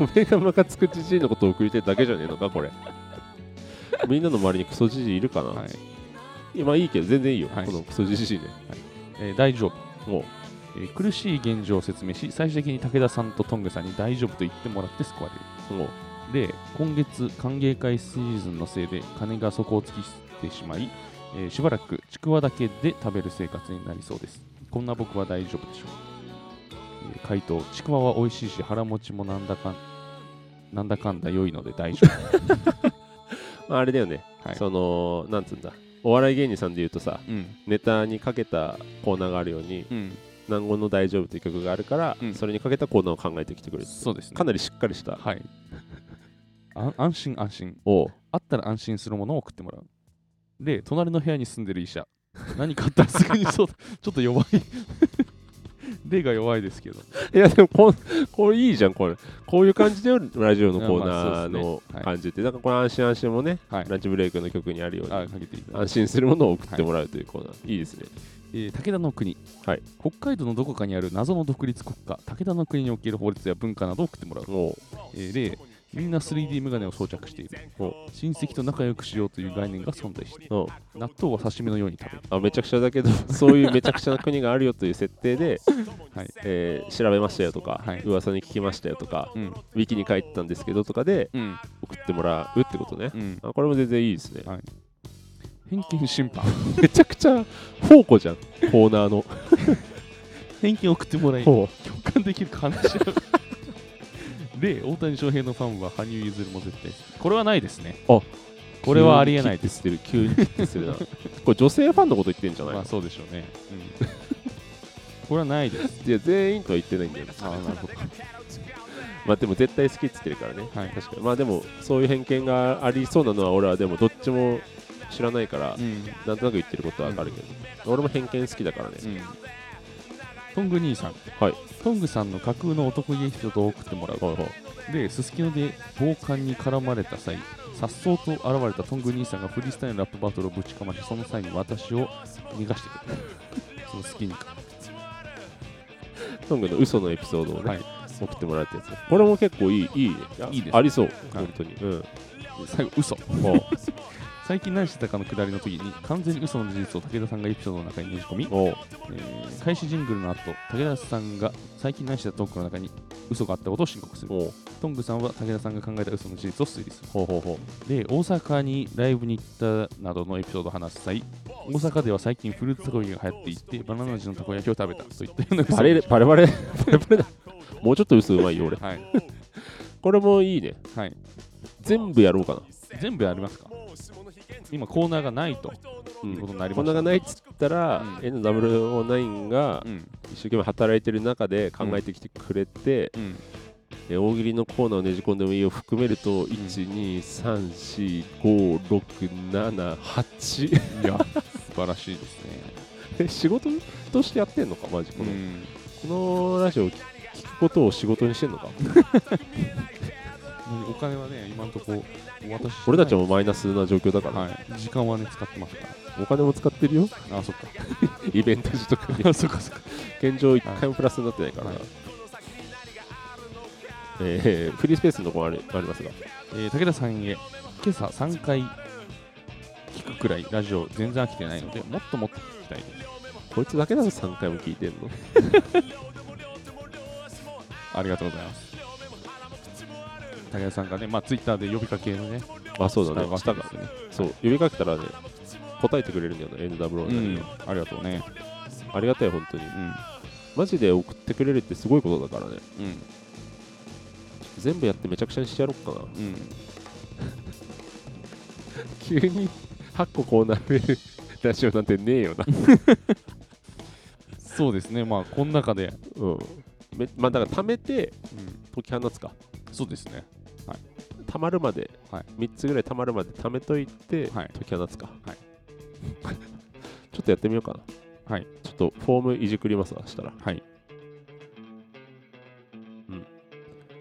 おめえがムカつくじじいのことを送りてるだけじゃねえのかこれ
<laughs>
みんなの周りにクソじじいいるかな、
はい。
今いいけど全然いいよ、
はい
このクソじじいね
えー大丈夫。
もう
えー苦しい現状を説明し、最終的に武田さんとトングさんに大丈夫と言ってもらって救われる。
もう
で今月歓迎会シーズンのせいで金が底を尽きてしまい、えーしばらくちくわだけで食べる生活になりそうですこんな僕は大丈夫でしょう、えー回答ちくわは美味しいし腹持ちもなんだかんなんだかんだ良いので大丈
まああれだよね、
はい
そのなんつうんだお笑い芸人さんで言うとさ
夫うん
ネタにかけたコーナーがあるように
うん
「南語の大丈夫」という曲があるから、
うん
それにかけたコーナーを考えてきてくれて
そうですね
かなりしっかりした
はいあ安心安心
お
あったら安心するものを送ってもらうで隣の部屋に住んでる医者何かあったらすぐにそう <laughs> ちょっと弱い例が弱いですけど
いやでもこんこれいいじゃんこれこういう感じだよラジオのコーナー
まあそう
の
ですねはい
感じってだからこれ「安心安心」もね、
はい
ランチブレイクの曲にあるように
あかけていただい
安
て、
心するものを送ってもらうというコーナー、い、いですね
えー武田の国、
はい
北海道のどこかにある謎の独立国家武田の国における法律や文化などを送ってもらう、
も
えー例みんな 3D メガネを装着している
お
親戚と仲良くしようという概念が存在している
ううん
納豆は刺身のように食べる
あめちゃくちゃだけど <laughs> そういうめちゃくちゃな国があるよという設定で、
はい
えー調べましたよとか、
はい
噂に聞きましたよとか
うん
ウィキに書いてたんですけどとかで
うん
送ってもらうってことね、
うん
あこれも全然いいで
<laughs>
すね
偏見審判
めちゃくちゃ宝庫じゃんコーナーの
<laughs> 偏見送ってもらい
ほ
共感できる感じ <laughs> 例大谷翔平のファンは羽生結弦も絶対これはないですね
あ
これはありえないです
す急に切って捨てるなこれ女性ファンのこと言ってんじゃない、
まあそうでしょうね、 <laughs> うん、これはないです
いや全員とは言ってないんだよ
あなるほど
まあでも絶対好きっつってるからね
はい
確かにまあでもそういう偏見がありそうなのは俺はでもどっちも知らないから、
うん
なんとなく言ってることはわかるけど、俺も偏見好きだからね、
うんトング兄さん、
はい
トングさんの架空の男家エピソードを送ってもらう
はいはい
でススキノで暴漢に絡まれた際颯爽と現れたトング兄さんがフリースタイルラップバトルをぶちかましその際に私を逃がしてくれた <laughs> そのスキニか、
トングの嘘のエピソードをね、
はい、
送ってもらったやつこれも結構いいいいね
いいです
ありそう、本当にうん
最後嘘
おう
最近何してたかのくだりの時に完全に嘘の事実を武田さんがエピソードの中にねじ込み、
おう
えー開始ジングルの後武田さんが最近何してたトークの中に嘘があったことを申告する
おう
トングさんは武田さんが考えた嘘の事実を推理する
ほうほうほ
で大阪にライブに行ったなどのエピソードを話す際大阪では最近フルーツたこ焼きが流行っていてバナナ味のたこ焼きを食べたといったような
うバレ
る
るバレバレバレバレだもうちょっと嘘うまいよ俺
はい、
これもいいね
はい、
全部やろうかな
全部ありますか今コーナーがないと
うん
いうことになり
こ
まし
んな
た
がないっつったら、
うん
N009 が
うん
一生懸命働いてる中で考えてきてくれて、
うん
え大喜利のコーナーをねじ込んでもいいを含めると、123456789
いや素晴らしいですね
<laughs> 仕事としてやってんのかマジこ
う
の、
ん
このラジオを聞聞くことを仕事にしてんのか
お金はね今のところお渡ししてない
俺たちもマイナスな状況だから、
はい時間はね使ってますか
お金も使ってるよ
らあそっか
イベント時とかに
<laughs> あそっかそっか
現状一回もプラスになってないから、
はい
えーフリースペースのとこもありありますが
えー武田さんへ今朝3回聞くくらいラジオ全然飽きてないのでもっともっと聞きたいです
こいつだけだぞ3回も聞いてんの
ありがとうございます武田さんがね、まあ、ツイッターで呼びかけのね、
あそうだね
したが
が
ですね。
そう呼びかけたらね答えてくれるんだよね NWO
う
に、
ん、ありがとうね。
ありがたい本当に
うん、
マジで送ってくれるってすごいことだからね
うん、
全部やってめちゃくちゃにしてやろうかな
うん
<laughs> 急に8個こうなるラジオなんてねえよな
そうですねまあこの中で、
<laughs> うんめまあだから貯めて解き放つか
そうですね
貯まるまで、
はい
3つぐらい貯まるまで貯めといて、
はい
解き放つか、
はい
<laughs> ちょっとやってみようかな
はい
ちょっとフォームいじくりますわしたら
はい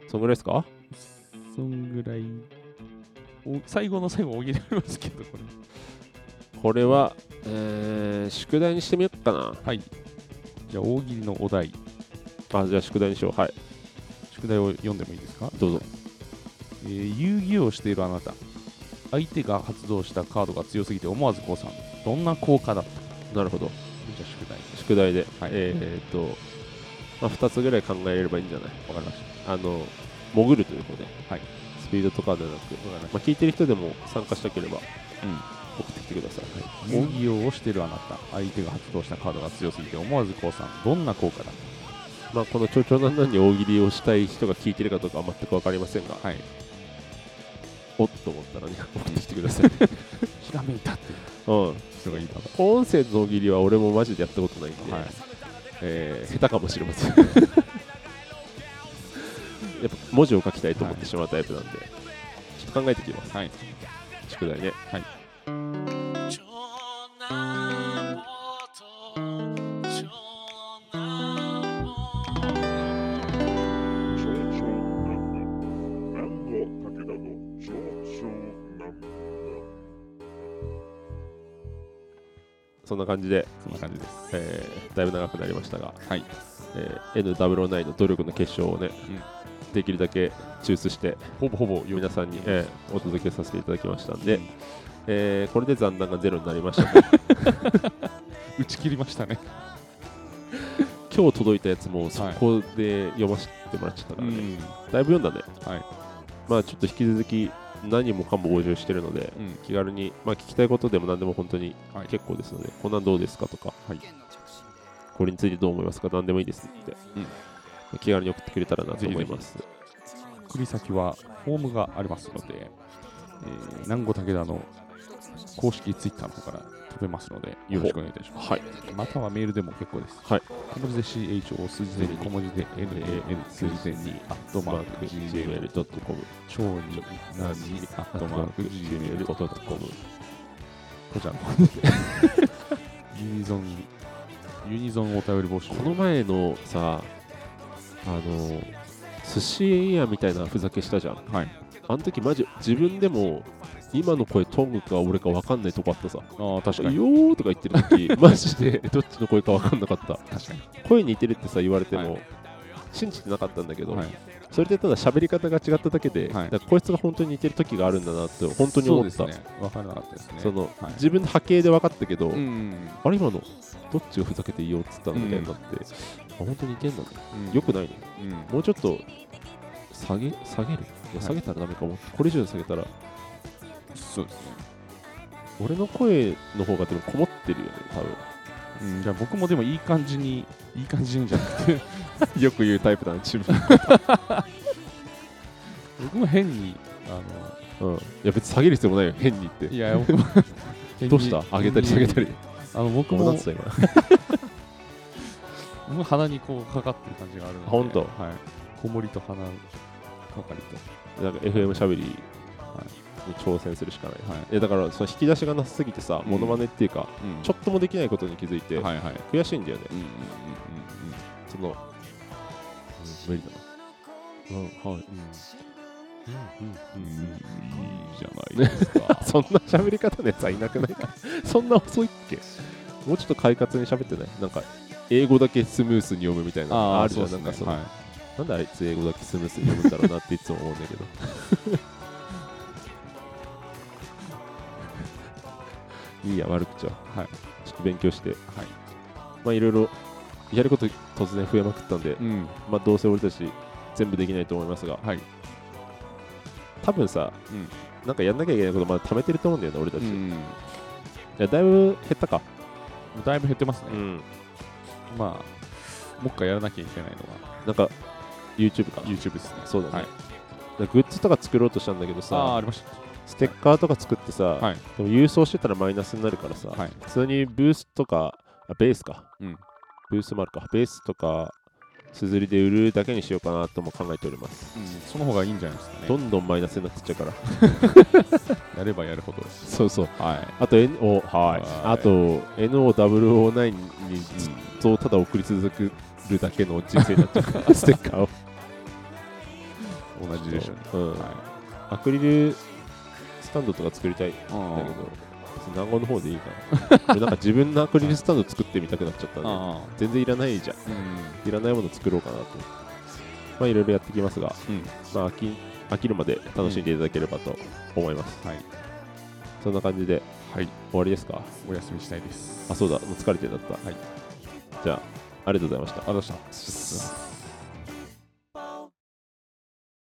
そんぐらいですか
そんぐらいお最後の最後補いますけどこれ
これは、えー宿題にしてみようかな
はいじゃあ大喜利のお題
あじゃあ宿題にしようはい
宿題を読んでもいいですか
どうぞ
えー遊戯王をしているあなた相手が発動したカードが強すぎて思わず降参どんな効果だった
なるほど
じゃあ宿題
宿題で、
はい
えーっと、まあ、2つぐらい考えれればいいんじゃない
わかりました
あの潜るという方で、
はい
スピードとかでなく、
わかりまし
まあ、聞いてる人でも参加したければ
た、うん
送ってきてください、
大喜利をしているあなた相手が発動したカードが強すぎて思わず降参どんな効果だ
まあ、このちょうちょなんなんに大喜利をしたい人が聞いてるかどうかは全く分かりませんが、
はい
おっと思ったら
<laughs>
ね送ってきてください、うん、
ひらめいたっていう人がいたか
音声の大喜利は俺もマジでやったことないんで、
はい
えー下手かもしれません <laughs> やっぱ文字を書きたいと思ってしまうタイプなんで、ちょっと考えてきます、
はい
宿題ね
ちょなぼとちょなぼ
超超南部南部武田の超超南部
そんな感じで、
そんな感じです
えーだいぶ長くなりましたが、
はい
えー N009 の努力の結晶をね、できるだけ抽出して
ほぼほぼ
皆さんに、えーお届けさせていただきましたんで、
うん
えーこれで残弾がゼロになりました <laughs> が
打ち切りましたね
今日届いたやつもそこで読ませてもらっちゃったからね、だいぶ読んだね、
はい
まあちょっと引き続き何もかも応募してるので
<laughs> うん
気軽に、まあ、聞きたいことでも何でも本当に
はい
結構ですので、こんなんどうですかとか、
はい
これについてどう思いますか何でもいいですって、気軽に送ってくれたらなと思います
送り先はフォームがありますので、えー、南郷武田の公式ツイッターの方から飛べますのでよろしくお願いいたします
はい
またはメールでも結構です。
はい
小文字で CHO 数字で2小文字で NAN 数字で2アットマーク Gmail
gmail.com
超になにアットマーク Gmail.com こちらのユニゾンユニゾンお便り募集
この前のさあの寿司屋みたいなふざけしたじゃん
はい
あの時マジ自分でも今の声トングか俺か分かんないとこあったさ「
ああ確
よ
かに
ー」とか言ってる
<laughs>
時マジでどっちの声か分かんなかった
確かに
声似てるってさ言われて
は
も信じてなかったんだけど、
はい
それでただ喋り方が違っただけで、
はい
だからこいつが本当に似てる時があるんだなって本当に思った
そ
そ,、
うですね分からなかったですね
の、
はい
自分の波形で分かったけど、
うんうん
あれ今のどっちをふざけていいようっつったのみたいになって、あ本当に似てんだね
うん
よくないね
うん
もうちょっと下げ下げるい
はい
や下げたらダメかも、これ以上下げたら
そうですね
俺の声の方がでもこもってるよね多分
うんじゃあ僕もでもいい感じにいい感じにじゃなくて
よく言うタイプだね自分、
僕も変にあ
うん、いや別に下げる必要もないよ変に言っ
の
て
いや僕も変に
どうした上げたり下げたり
あの僕
もう
も
なんつった今
僕も鼻にこうかかってる感じがあるので
あほんと
はいこもりと鼻かかり
<laughs> なんか FM しゃべりに
は
挑戦するしかない、
とはい
えだからその引き出しがなさすぎてさ、
うん
モノマネっていうか
うん
ちょっともできないことに気づいて、
はいはい
悔しいんだよね
うんうんうん
その、無理だなうんはい、
うんうんうんいいじゃないですか
<laughs> そんな喋り方のやつはいなく
<laughs>
ないかそんな遅いっけもうちょっと快活に喋ってないなんか英語だけスムースに読むみたいなのあるじゃん、
そう
な
っ
ん
す
かその、
はい
なんであいつ英語だけスムースに読むんだろうなっていつも思うん
<laughs>
だけど <laughs> いいや悪口は、
はい
ちょっと勉強して
はい
まあいろいろやること突然増えまくったんで、
うん
まあどうせ俺たち全部できないと思いますが
はい
多分さ、
うん
なんかやんなきゃいけないことまだ貯めてると思うんだよね俺たち、
う
い
ん
やだいぶ減ったか、
だいぶ減ってますね
ん、
まあもう一回やらなきゃいけないのは
なんか YouTube か
YouTube ですね
そうだね、
はい
グッズとか作ろうとしたんだけど
ああー
さ
ありました
ステッカーとか作ってさ、
はい
でも郵送してたらマイナスになるからさ、
はい
普通にブースとかあベースか、
うん
ブースもあるかベースとかすずりで売るだけにしようかなとも考えております、
うんその方がいいんじゃないですか
ど
ね
んどんマイナスになってっちゃうから
やればやるほど
そうそう
はい
あと NO はい
はい
あと NO009 にずっとただ送り続けるだけの人生になっちゃうから <laughs> ステッカーを
同じでしょうね
うん
は
アクリルスタンドとか作りたいんだ
いうん
けど、別に南郷の方でいいかな <laughs> なんか自分のアクリルスタンド作ってみたくなっちゃったんで、
あ
全然いらないじゃん
ーうん
いらないもの作ろうかなとまあいろいろやってきますが、
うん
まあ飽き飽きるまで楽しんでいただければと思います、
はい
そんな感じで
はい
終わりですか
お休みしたいです
あそうだもう疲れてるんだった、
はい
じゃあありがとうございました
あどうした
す